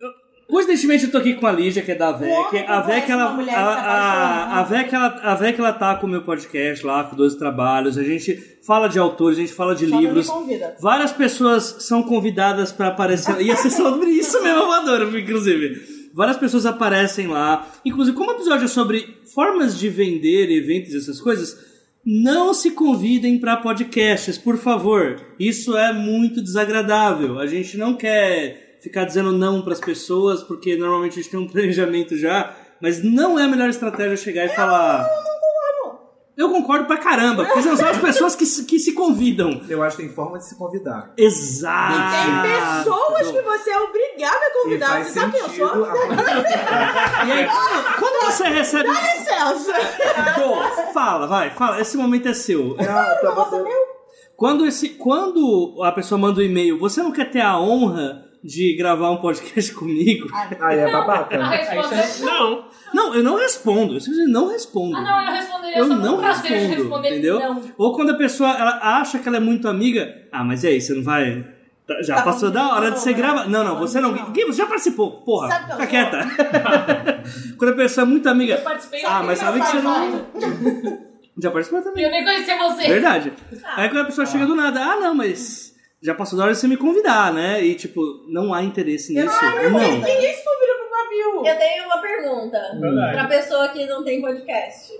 S2: eu- Coincidentemente eu tô aqui com a Lígia, que é da VEC.
S1: homem não
S2: A VEC,
S1: conhece
S2: ela,
S1: uma mulher que tá
S2: a,
S1: se
S2: a,
S1: apaixona.
S2: a, VEC, ela, a VEC, ela tá com o meu podcast lá, com 12 trabalhos. A gente fala de autores, a gente fala de
S1: Só não me
S2: livros.
S1: convida.
S2: Várias pessoas são convidadas para aparecer. Ia ser sobre isso mesmo, eu adoro, inclusive. Várias pessoas aparecem lá. Inclusive, como o episódio é sobre formas de vender eventos e essas coisas, não se convidem para podcasts, por favor. Isso é muito desagradável. A gente não quer ficar dizendo não para as pessoas, porque normalmente a gente tem um planejamento já, mas não é a melhor estratégia chegar e falar. Eu concordo pra caramba, porque são só as pessoas que se- que se convidam.
S5: Eu acho que tem forma de se convidar.
S2: Exato.
S1: Tem
S2: Ah,
S1: pessoas que você é obrigada a
S5: E
S1: convidar.
S5: faz
S1: Você sabe quem eu
S5: sentido
S1: sou?
S2: E aí, quando, quando você recebe.
S1: Dá licença.
S2: Dô, fala, vai, fala. Esse momento é seu.
S5: a... Não,
S1: Nossa,
S5: tá bom.
S2: Quando, esse, quando a pessoa manda um e-mail, você não quer ter a honra de gravar um podcast comigo?
S1: Ah,
S5: Aí é
S2: "Ah,
S4: A
S5: babaca.
S3: Aí
S4: resposta
S3: você...
S4: é
S3: Não.
S2: Não, eu não respondo. Eu simplesmente não respondo.
S4: Ah, não, eu responderia
S2: Eu
S4: só por
S2: não
S4: prazer de
S2: respondo,
S4: responder
S2: entendeu?
S4: não.
S2: Ou quando a pessoa ela acha que ela é muito amiga. Ah, mas e aí, você não vai. Tá- Já
S1: Tá
S2: passou da hora de
S1: bom,
S2: você
S1: né?
S2: gravar. Não, não, você não.
S1: Não.
S2: Gui, você já participou. Porra,
S1: Sabe que eu
S2: tá
S1: sou?
S2: quieta. quando a pessoa é muito
S4: Eu
S2: amiga.
S4: participei
S2: Ah, mas sabe que você
S1: trabalho.
S2: não. Já participou também.
S4: E eu nem conhecia você.
S2: Verdade. Aí quando a pessoa chega do nada, ah, não, mas já passou da hora de você me convidar, né? E tipo, não há interesse nisso. não.
S1: Ninguém se convida pro pavio.
S6: Eu tenho uma pergunta
S3: Verdade.
S6: pra pessoa que não tem podcast.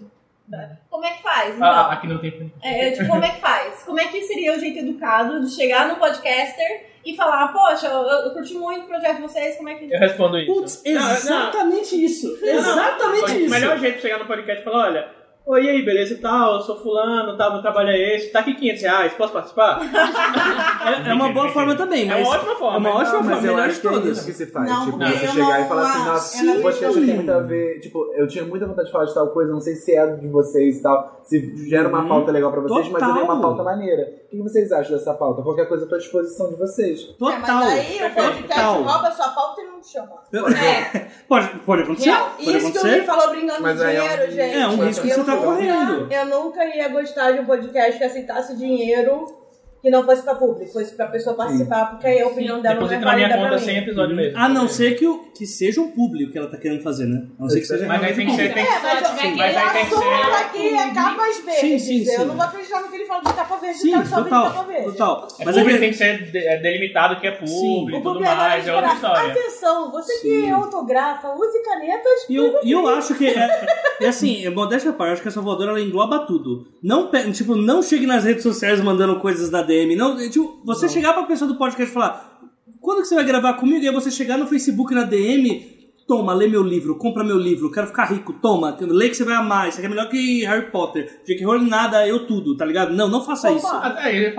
S6: tá? Como é que faz? Então?
S3: Ah, aqui não tem...
S6: É, tipo, como é que faz? Como é que seria o jeito educado de chegar no podcaster e falar, poxa, eu, eu curti muito o projeto de vocês, como é que.
S3: Eu respondo isso.
S2: Putz,
S3: Não, não.
S2: exatamente isso.
S3: Não, não.
S2: Exatamente
S3: O
S2: isso.
S3: melhor jeito de chegar no podcast é falar, olha, oi, e aí, beleza e tal, eu sou fulano, tal, meu trabalho é esse, tá aqui 500 reais, posso participar?
S2: É, é uma boa forma também,
S3: É
S2: mas.
S3: uma ótima
S2: É
S3: forma.
S1: então.
S2: uma ótima
S5: mas
S2: forma,
S5: eu
S2: melhor
S5: acho
S2: de
S5: que é
S2: todas.
S5: isso que se faz.
S1: Não,
S5: tipo,
S1: porque
S5: você
S1: eu
S5: chegar
S1: não
S5: e falar assim,
S1: acho.
S5: nossa,
S1: Eu não
S5: o podcast
S2: acredito.
S5: tem muito a
S1: um
S5: ver. Tipo, eu tinha muita vontade de falar de tal coisa, não sei se é de vocês e tal. Se gera uma
S2: Hum,
S5: pauta legal pra vocês, mas eu dei uma
S2: total.
S5: pauta maneira. O que vocês acham dessa pauta? Qualquer coisa eu tô à disposição de vocês.
S1: É, mas
S2: Total.
S1: aí o podcast
S2: Total.
S1: rouba sua pauta e não te chamar.
S4: É,
S2: Pode, pode acontecer.
S1: Real,
S2: pode
S1: isso que o Gui
S2: acontecer.
S1: falou brincando
S5: Mas
S1: de
S5: aí é um-
S1: dinheiro, gente.
S2: É um risco que
S1: Eu
S2: você tá
S1: nunca-
S2: correndo.
S1: Eu nunca ia gostar de um podcast que aceitasse dinheiro que não fosse pra público, fosse pra pessoa participar, porque aí a opinião dela
S3: Depois
S1: não é
S3: entra na minha
S1: válida pra
S3: conta sem
S2: assim,
S1: mim.
S3: episódio mesmo.
S2: A Ah, não ser que, o, que seja o público que ela tá querendo fazer, né? A não ser que seja
S3: Mas aí tem que ser. Tem que
S1: É, mas, eu-
S4: Sim, mas
S1: o
S3: aí tem que
S1: assunto
S3: ser-
S1: aqui é capas verdes.
S2: Sim, sim,
S1: Eu
S2: sim.
S1: não vou acreditar no que ele fala de capa verde,
S2: Sim,
S1: eu quero só ver de
S2: total.
S1: capa verde.
S2: Total.
S3: É
S2: Mas é
S3: público
S2: que
S3: tem que ser de- é delimitado que é
S2: Sim.
S3: público
S1: O
S3: e tudo
S1: público agora
S3: mais,
S1: de
S3: é outra
S1: parar.
S3: história.
S1: Atenção, você que
S2: Sim.
S1: autografa, use canetas.
S2: E eu, e eu acho que. É, e assim, é modéstia à parte, eu acho que essa voadora ela engloba tudo. Não, pe- tipo, não chegue nas redes sociais mandando coisas da DM. Não, é, tipo, você chegar pra pessoa do podcast e falar: quando que você vai gravar comigo? E aí você chegar no Facebook na DM. Toma, lê meu livro, compra meu livro, quero ficar rico, toma, lê que você vai amar, isso aqui é melhor que Harry Potter, J.K. Rowling nada, eu tudo, tá ligado? Não, não faça isso.
S3: Até aí,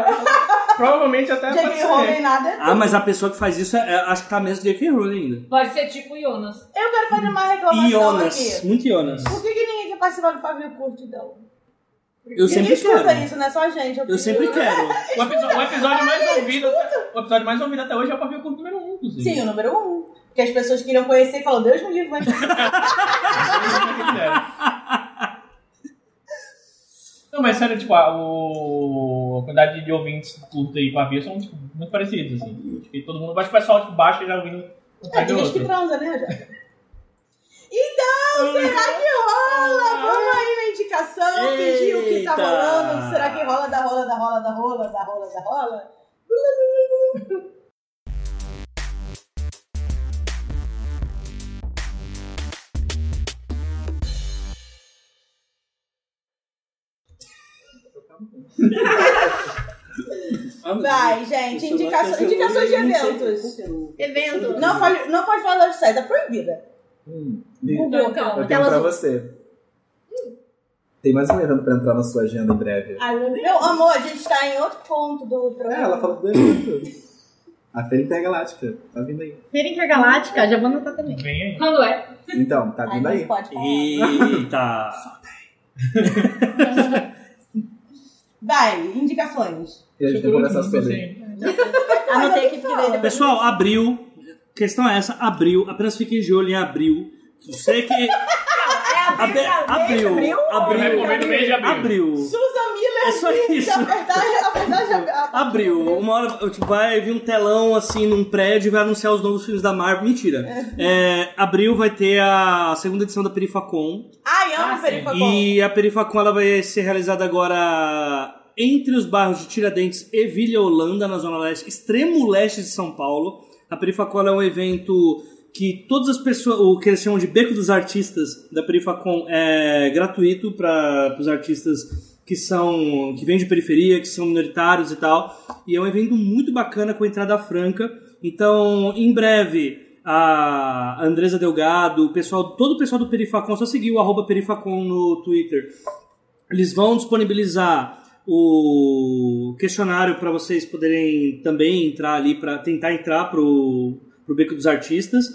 S3: provavelmente até pode
S1: J.K.
S3: ser.
S1: Rowling nada.
S2: Ah, mas a pessoa que faz isso, é- é- acho que tá menos J.K. Rowling ainda.
S4: pode ser tipo Jonas.
S1: Eu quero fazer uma reclamação
S2: Ionas,
S1: aqui.
S2: muito Ionas.
S1: Por que, que ninguém quer participar do pavio curto, então?
S2: Eu sempre
S1: ninguém escuta
S2: quero.
S1: isso, né? não é só a gente.
S2: Eu sempre quero.
S3: O episódio, o episódio mais ouvido, até- o episódio mais ouvido até hoje é o Pavio Curto número 1, inclusive.
S1: Sim, o número um. Porque as pessoas queriam conhecer e falam, Deus me livre, vai
S3: é Não, mas sério, tipo, a, o... a quantidade de ouvintes do clube aí pra ver são tipo, muito parecidos, assim. Acho que todo mundo. Acho que o pessoal tipo, baixa e já ouvindo um
S1: É,
S3: atrás
S1: tem
S3: do
S1: gente que
S3: outro.
S1: transa, né, Jota? Então, será que rola? Vamos aí na indicação, pedir o que tá
S2: Eita!
S1: rolando. Será que rola da rola, da rola, da rola, da rola, da rola? Vai, gente, indicação, indicações de eventos.
S6: Evento.
S1: Não, fale, não pode falar de saída é proibida.
S5: Hum,
S1: Google,
S6: Então,
S5: eu
S6: tela
S5: tenho pra
S6: azul.
S5: você. Tem mais um evento pra entrar na sua agenda em breve.
S1: Ai, meu Deus. Meu amor, a gente tá em outro ponto do
S5: É,
S1: programa.
S5: ela falou do evento. A Feira Intergaláctica. Tá vindo aí.
S6: Feira Intergaláctica, já vou anotar tá também.
S3: Vem aí.
S4: Quando é?
S5: Então, tá
S1: Ai,
S5: vindo aí.
S1: não pode falar.
S2: Eita!
S1: Vai, indicações.
S5: E a gente vai
S2: um
S5: conversar sobre.
S6: Anotei aqui porque veio depois.
S2: Pessoal, abril. Questão é essa, abril. Apenas fiquem de olho em abril. Eu Sei que.
S6: É
S2: Abe- abril. Abril.
S3: Eu recomendo o mês de abril.
S2: Abril.
S1: Susan Miller.
S2: É só isso.
S1: Na verdade, na verdade, a- a-
S2: Abril. Uma hora tipo, vai vir um telão assim num prédio e vai anunciar os novos filmes da Marvel. Mentira. É, abril vai ter a segunda edição da Perifacon.
S1: Ai, amo
S3: Ah,
S1: ah, Perifacon.
S2: E a Perifacon ela vai ser realizada agora entre os bairros de Tiradentes e Vila Holanda, na Zona Leste, extremo leste de São Paulo. A Perifacon ela é um evento que todas as pessoas, o que eles chamam de Beco dos Artistas da Perifacon é gratuito para os artistas que são que vêm de periferia, que são minoritários e tal. E é um evento muito bacana com entrada franca. Então, em breve, a Andresa Delgado, o pessoal, todo o pessoal do Perifacon, só seguir o arroba Perifacon no Twitter. Eles vão disponibilizar o questionário para vocês poderem também entrar ali para tentar entrar pro pro Beco dos Artistas.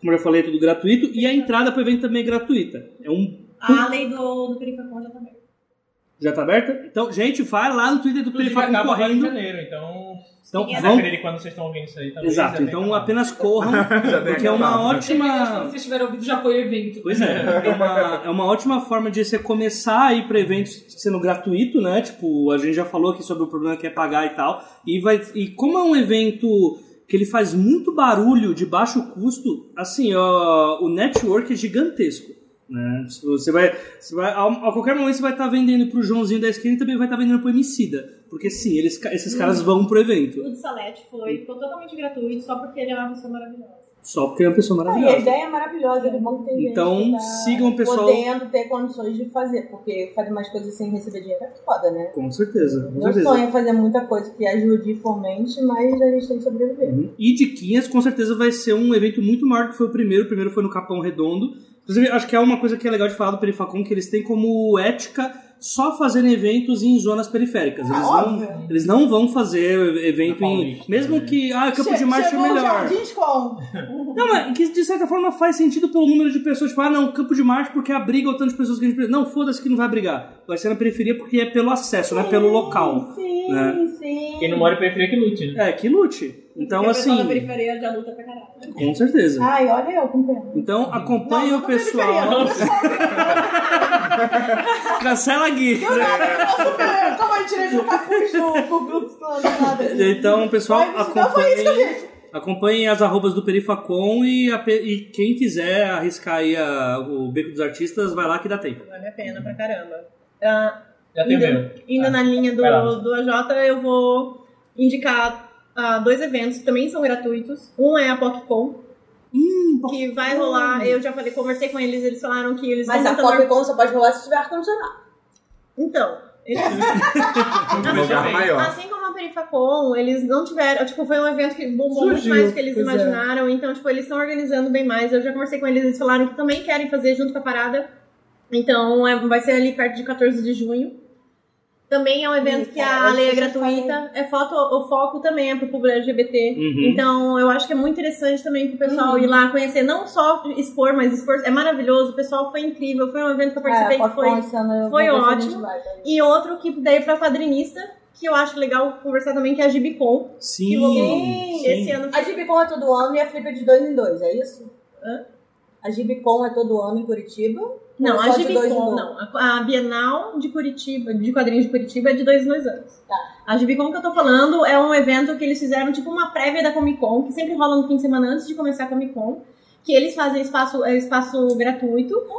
S2: Como eu já falei, é tudo gratuito e a entrada para o evento também é gratuita. É um
S6: A lei do, do Perifacon já tá aberta.
S2: já tá aberta? Então, gente, vai lá no Twitter do
S3: Inclusive
S2: Perifacon
S3: acaba agora em
S2: correndo.
S3: janeiro, então.
S2: Então,
S3: Vamos
S2: vão...
S3: depender de quando vocês estão ouvindo isso aí também. já
S2: Exato,
S3: tem
S2: então
S3: acabado.
S2: apenas corram,
S5: tem
S2: porque é uma
S5: acabado.
S4: Dependendo de
S2: ótima.
S4: quando vocês tiveram ouvido, já foi o evento.
S2: Pois é, é uma, é uma ótima forma de você começar a ir para eventos sendo gratuito, né? Tipo, a gente já falou aqui sobre o problema que é pagar e tal. E, vai, e como é um evento que ele faz muito barulho de baixo custo, assim, ó, o network é gigantesco. Né? Se Você vai, você vai, a, a qualquer momento você vai estar vendendo pro Joãozinho da esquina e também vai estar vendendo pro Emicida. Porque sim, eles, ca- esses caras vão pro evento.
S6: O de Salete foi, ficou totalmente gratuito, só porque ele é uma pessoa maravilhosa.
S2: Só porque é uma pessoa
S1: Ah, e a
S2: maravilhosa.
S1: ideia é maravilhosa, é bom que tem
S2: Então,
S1: gente que tá
S2: sigam o pessoal-
S1: podendo ter condições de fazer, porque fazer mais coisas sem receber dinheiro é foda, né?
S2: Com certeza, com
S1: Meu
S2: certeza.
S1: sonho é fazer muita coisa que ajude e fomente, mas a gente tem que sobreviver.
S2: Uhum. E de 500 com certeza vai ser um evento muito maior do que foi o primeiro. O primeiro foi no Capão Redondo. Inclusive, acho que é uma coisa que é legal de falar do Perifacon, que eles têm como ética só fazerem eventos em zonas periféricas. Eles,
S1: Tá óbvio.
S2: não, eles não vão fazer evento
S3: Na
S2: em.
S3: Paulista,
S2: Mesmo
S3: né?
S2: que. Ah, Campo de
S1: Che-
S2: Marte é
S1: chegou o
S2: melhor.
S1: Jardim Escom.
S2: Não, mas que de certa forma faz sentido pelo número de pessoas. Tipo, ah, não, Campo de Marte porque abriga o tanto de pessoas que a gente precisa. Não, foda-se que não vai abrigar. Vai ser na periferia porque é pelo acesso, não é pelo né? local.
S1: Sim,
S2: né?
S1: sim.
S3: Quem não mora em periferia que lute, né?
S2: É, que lute. Então,
S6: Porque o pessoal da
S2: assim,
S6: periferia já luta pra caralho.
S2: com certeza.
S1: Ai, olha eu com pena.
S2: Então, acompanhe
S1: Não,
S2: o
S1: não
S2: pessoal.
S1: periferia, não.
S2: Cancela a Gui.
S1: Eu nada, como eu tirei meu capuz do Ku Klux Klan, nada.
S2: Então, pessoal,
S1: Ai, isso não foi isso que eu
S2: acompanhem,
S1: disse.
S2: acompanhem as arrobas do Perifacom e, a pe- e quem quiser arriscar aí a- o Beco dos Artistas, vai lá que dá tempo.
S6: Vale a pena pra caramba. Ah,
S3: Já tem o
S6: Ainda-
S3: meu.
S6: Ainda
S3: Ah,
S6: na linha
S3: vai lá.
S6: do, do AJ, eu vou indicar ah, dois eventos que também são gratuitos. Um é a PocCon,
S1: Hum,
S6: que vai rolar. Eu já falei, conversei com eles, eles falaram que eles
S1: Mas
S6: vão
S1: a
S6: tentar or-
S1: Popcon só pode rolar se tiver ar-condicionado.
S6: Então, eles-
S5: Um lugar maior.
S6: assim como a Perifacon, eles não tiveram. Tipo, foi um evento que bombou
S5: Surgiu,
S6: muito mais do que eles
S5: pois é.
S6: imaginaram. Então, tipo, eles estão organizando bem mais. Eu já conversei com eles, eles falaram que também querem fazer junto com a parada. Então, é- vai ser ali perto de 14 de junho. Também é um evento
S1: Ih,
S6: que a
S1: cara,
S6: lei é
S1: eu já
S6: gratuita. É foto, o foco também é pro público LGBT.
S2: Uhum.
S6: Então, eu acho que é muito interessante também pro pessoal ir lá conhecer, não só expor, mas expor. É maravilhoso, o pessoal foi incrível. Foi um evento que eu participei que foi foi ótimo. e outro que daí pra quadrinista, que eu acho legal conversar também, que é a Gibicon.
S2: Sim,
S6: Que rolou
S2: sim.
S6: esse ano.
S1: A Gibicon é todo ano e a Flip é de dois em dois, é isso?
S6: Hã?
S1: A Gibicon é todo ano em Curitiba?
S6: Não,
S1: Ou
S6: a
S1: só de dois em
S6: Gibicon
S1: dois?
S6: não. A a Bienal de Curitiba, de quadrinhos de Curitiba, é de dois em dois anos.
S1: Tá.
S6: A Gibicon que eu tô falando é um evento que eles fizeram tipo uma prévia da Comic Con, que sempre rola no fim de semana antes de começar a Comic Con. Que eles fazem espaço, é, espaço gratuito.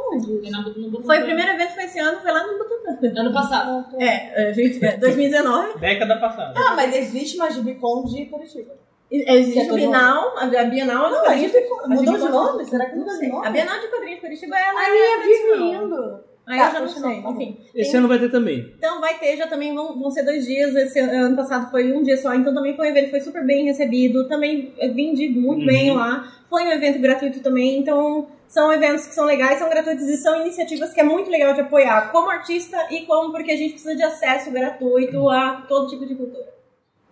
S4: Foi na- no Butantã.
S6: Foi o primeiro evento, foi esse ano, foi lá no Butantã.
S4: Ano passado.
S6: É, a gente, é, 2019.
S3: Década passada.
S1: Ah, mas existe uma Gibicon de Curitiba. Que é
S6: Existe a
S1: todo
S6: Bienal, é a a Bienal
S1: Não, a Gibicon. Mudou de
S6: Gibicon-
S1: nome? Será que mudou de
S6: Não sei.
S1: nome?
S6: A Bienal de Quadrinhos de Curitiba é
S1: A minha vive
S6: tradicional.
S1: indo.
S6: Aí
S1: Tá,
S6: eu já não
S1: continua,
S6: sei,
S1: por favor.
S6: enfim.
S2: Esse ano vai ter também.
S6: Então vai ter, já também vão, vão ser dois dias, esse ano ano passado foi um dia só, então também foi um evento, que foi super bem recebido, também eh, vendi muito
S2: Uhum.
S6: bem lá, foi um evento gratuito também, então são eventos que são legais, são gratuitos e são iniciativas que é muito legal de apoiar, como artista e como porque a gente precisa de acesso gratuito a todo tipo de cultura.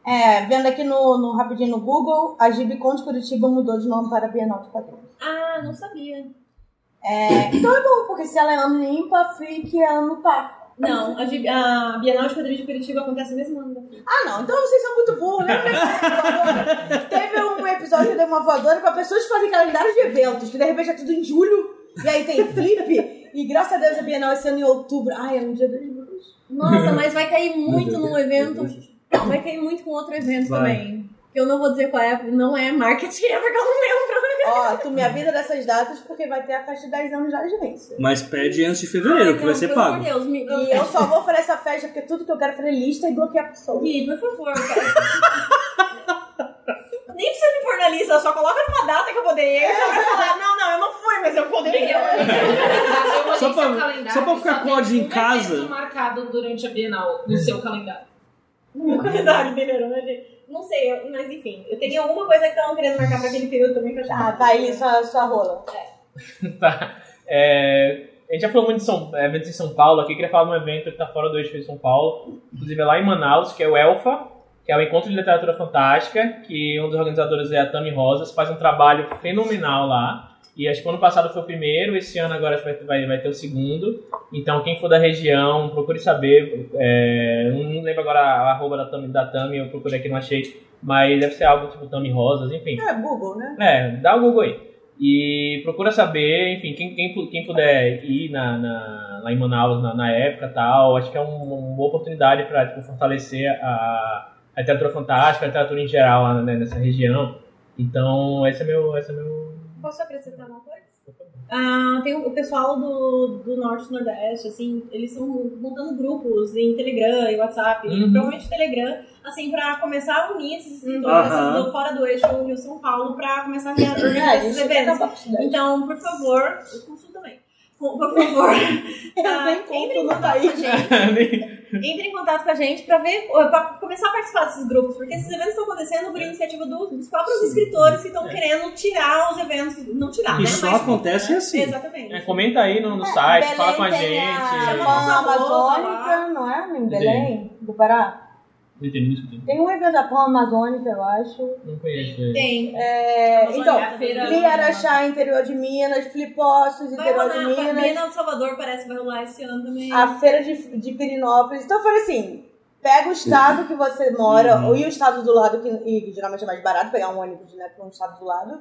S1: É, vendo aqui no, no- rapidinho no Google, a Gibicon de Curitiba mudou de nome para Bienal de Quadrinhos.
S6: Ah, não sabia.
S1: É, então é bom, porque se ela é ano limpa, a FIC é ano par.
S6: Não, a, Gi- a Bienal de Quadrinhos de Curitiba acontece no mesmo ano. daqui.
S1: Ah, não, então vocês são muito burros, né? Teve um episódio de uma voadora pra pessoas que fazem calendários de eventos, que de repente é tudo em julho, e aí tem flip, e graças a Deus a Bienal esse ano em outubro. Ai, é um dia dos burros.
S6: Nossa, mas vai cair muito
S5: Meu Deus,
S6: num
S5: meu
S6: evento
S5: Deus.
S6: Vai cair muito com outro evento
S2: Vai.
S6: também. Que eu não vou dizer qual é, não é marketing, é porque eu não lembro.
S1: Ó, tu me avisa dessas datas, porque vai ter a festa de 10 anos de audiência.
S2: Mas pede antes de fevereiro, que vai ser pago.
S6: Deus, me,
S1: E eu só vou fazer essa festa porque tudo que eu quero fazer é lista e bloquear pessoas.
S6: Gui, por favor, cara. Nem precisa me pôr na lista, só coloca numa data que eu poderia. Eu só vou falar, não, não, eu não fui, mas eu poderia.
S4: Eu olhei
S2: Só pra-
S4: seu calendário,
S2: só pra ficar
S4: só tem
S2: código em
S4: um
S2: casa.
S4: evento marcado durante a Bienal no seu calendário.
S6: No meu calendário, entendeu? né, gente? Não sei, eu- mas enfim, eu teria alguma coisa que estavam querendo marcar pra aquele período também que eu já.
S1: Ah, vai ali sua, sua rola.
S3: Tá. É, a gente já falou muito de São, é, eventos em São Paulo aqui, queria falar de um evento que tá fora do eixo de São Paulo, inclusive é lá em Manaus, que é o Elfa, que é o Encontro de Literatura Fantástica, que um dos organizadores é a Tami Rosas, faz um trabalho fenomenal lá. E acho que ano passado foi o primeiro, esse ano agora acho que vai, vai, vai ter o segundo. Então quem for da região, procure saber. é, não lembro agora a arroba da Tami, da Tami, eu procurei aqui, não achei. Mas deve ser algo tipo Tami Rosas, enfim.
S1: É Google, né?
S3: É, dá o Google aí. E procura saber, enfim, quem, quem, pu- quem puder ir na, na- lá em Manaus na, na época e tal, acho que é um- uma boa oportunidade para fortalecer a, a literatura fantástica, a literatura em geral lá né, nessa região. Então, esse é meu. Esse é meu...
S6: Posso acrescentar uma coisa? Ah, tem o o pessoal do, do Norte e Nordeste, assim, eles estão montando grupos em Telegram e WhatsApp,
S3: Uhum.
S6: provavelmente Telegram, assim, pra começar a unir esses escritores
S2: Aham.
S6: assim, do fora do eixo Rio São Paulo pra começar a
S1: É,
S6: real- organizar
S1: a
S6: esses
S1: gente tem
S6: eventos.
S1: capacidade.
S6: Então, por favor, eu consulto também. Com- Por favor,
S1: Eu
S6: ah,
S1: nem
S6: entre
S1: conto
S6: em
S1: no
S6: contato com a
S1: país.
S6: gente. Entre em contato com a gente pra ver, pra começar a participar desses grupos, porque esses eventos estão acontecendo por iniciativa do- dos próprios escritores que estão
S3: É.
S6: querendo tirar os eventos, não tirar,
S2: E
S6: né?
S2: só
S6: mas-
S2: acontece assim.
S6: Exatamente.
S3: É, comenta aí no, no site,
S1: Belém
S3: fala com a
S1: tem A
S3: gente.
S6: Chama-
S1: Pan
S6: Lá.
S1: Amazônica, não é? Em Belém, do Pará.
S3: Entendi, não entendi.
S1: Tem um evento da Pan Amazônica, eu acho.
S3: Não conheço.
S6: Tem.
S1: É,
S6: Amazônia,
S1: então,
S6: a feira-
S1: Cria Araxá, interior de Minas, Flipossos,
S6: É, Vai
S1: interior de
S6: rolar, vai-
S1: Minas, Ah,
S6: Bienal de Salvador parece que vai rolar esse ano também.
S1: a Feira de, de Pirinópolis. Então, eu falei assim, Pega o estado que você mora, ou e o estado do lado, que e geralmente é mais barato pegar um ônibus, né, pra um estado do lado.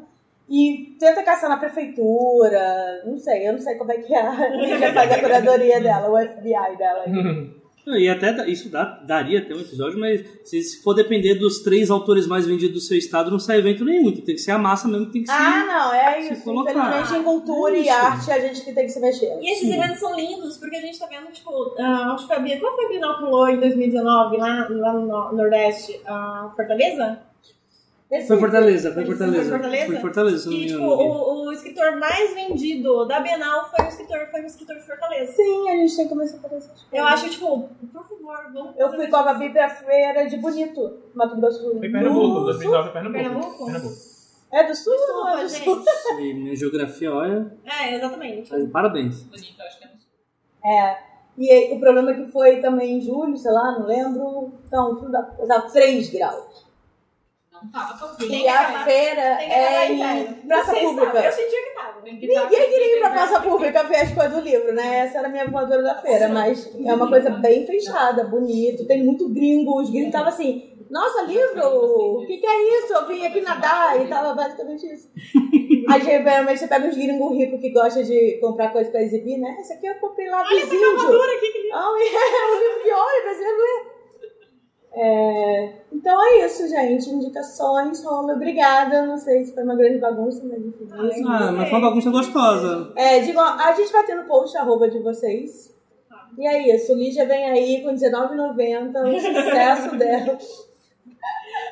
S1: E tenta caçar na prefeitura, não sei, eu não sei como é que é. A já faz a curadoria dela, o FBI dela.
S2: E até dá- isso dá- daria até um episódio, mas se, se for depender dos três autores mais vendidos do seu estado, não sai evento nenhum. Então tem que ser a massa mesmo, tem que ser.
S1: Ah, não, é
S2: Se
S1: isso.
S2: colocar.
S1: Infelizmente, em cultura
S2: É
S1: e
S2: isso.
S1: arte, a gente que tem que se mexer.
S6: E esses eventos são lindos, porque a gente tá vendo, tipo, a Altifabia. Qual foi a Bienal que rolou em 2019, lá, lá no no- Nordeste? A Fortaleza?
S2: Foi Fortaleza, foi
S6: Foi
S2: Fortaleza.
S6: Fortaleza?
S2: Foi Fortaleza, se eu não
S6: Que,
S2: me
S6: tipo,
S2: engano.
S6: o, o escritor mais vendido da Bienal foi um escritor, foi um escritor de Fortaleza.
S1: Sim, a gente tem que começar a fazer essas coisas.
S6: Eu acho, tipo, por favor, vamos...
S1: Eu fui com a Gabi pra feira de Bonito, Mato Grosso do Sul.
S3: Foi em Pernambuco,
S1: Do Sul?
S3: 2009 foi Pernambuco.
S6: Pernambuco?
S3: Pernambuco.
S1: É do Sul ou não é
S6: Desculpa,
S1: do Sul?
S6: gente.
S2: E minha geografia, olha,
S6: É, exatamente.
S2: mas parabéns.
S4: Bonito, acho que é muito
S1: É. E aí, o problema é que foi também em julho, sei lá, não lembro. Então, tudo dá, dá 3 graus.
S4: Não tava tão
S1: E
S4: bem.
S6: Tem que
S1: a
S6: acabar.
S1: feira
S6: Tem que acabar
S1: é
S6: em
S1: em
S6: Itália.
S1: praça
S6: Vocês sabem, Eu
S1: pública.
S6: sentia que tá tava.
S1: Ninguém queria ir pra praça pública ver as coisas do livro, né? Essa era a minha voadora da feira, mas é uma coisa bem fechada, bonito. Tem muito gringo. Os gringos estavam assim, nossa, livro? O que, que é isso? Eu vim aqui nadar e tava basicamente isso. Aí, geralmente, você pega uns gringos ricos que gostam de comprar coisa pra exibir, né? Esse aqui eu comprei lá dos índios.
S6: aqui que
S1: Ah, é um livro de olho, brasileiro lê. É, então é isso, gente. Indicações, Roma, obrigada. Não sei se foi uma grande bagunça, mas enfim. é isso.
S2: Ah, mas foi uma bagunça gostosa.
S1: É, digam, a gente vai ter no post arroba de vocês. E é isso, Lígia vem aí com R$19,90, o sucesso dela.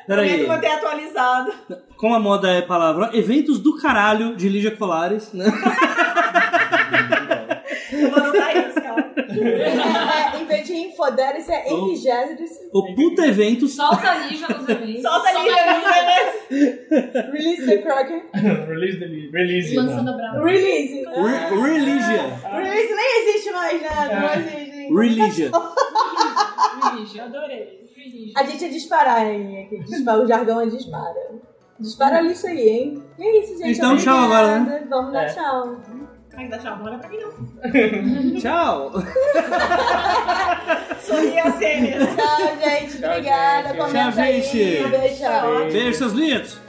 S2: Peraí,
S6: Prometo manter atualizado.
S2: como a moda é palavra, eventos do caralho de Lígia Colares, né?
S6: Eu vou anotar isso, cara.
S1: É, é, em vez de infoder, isso é
S2: Oh.
S1: enrigésides.
S2: O puta eventos.
S4: Solta a Lígia nos eventos.
S1: tá
S6: Solta tá ali, né?
S4: a
S1: né?
S6: Leandro, vai ver.
S1: Release the crocker.
S3: Release dele. Release.
S4: Lançando
S3: Não.
S4: a brava.
S1: Release.
S2: Re religia.
S1: Release nem existe mais, né?
S3: É.
S1: Não existe. nem-
S2: Religia.
S4: Lígia, adorei. Lígia.
S1: A gente é disparar, hein? Aqui, dispara- o jargão é dispara. Dispara
S3: Hum.
S1: isso aí, hein? E é isso, gente.
S2: Então, tchau
S1: Obrigada.
S2: agora,
S1: Vamos dar
S3: É.
S1: tchau.
S6: Ainda tchau, bora pra mim não.
S2: Tchau.
S6: Sorria a cena.
S1: Tchau, gente.
S3: Tchau,
S1: Obrigada.
S3: gente.
S1: Comenta
S2: Tchau,
S1: aí. Um
S2: gente.
S1: Beijo.
S2: Beijo, seus lindos.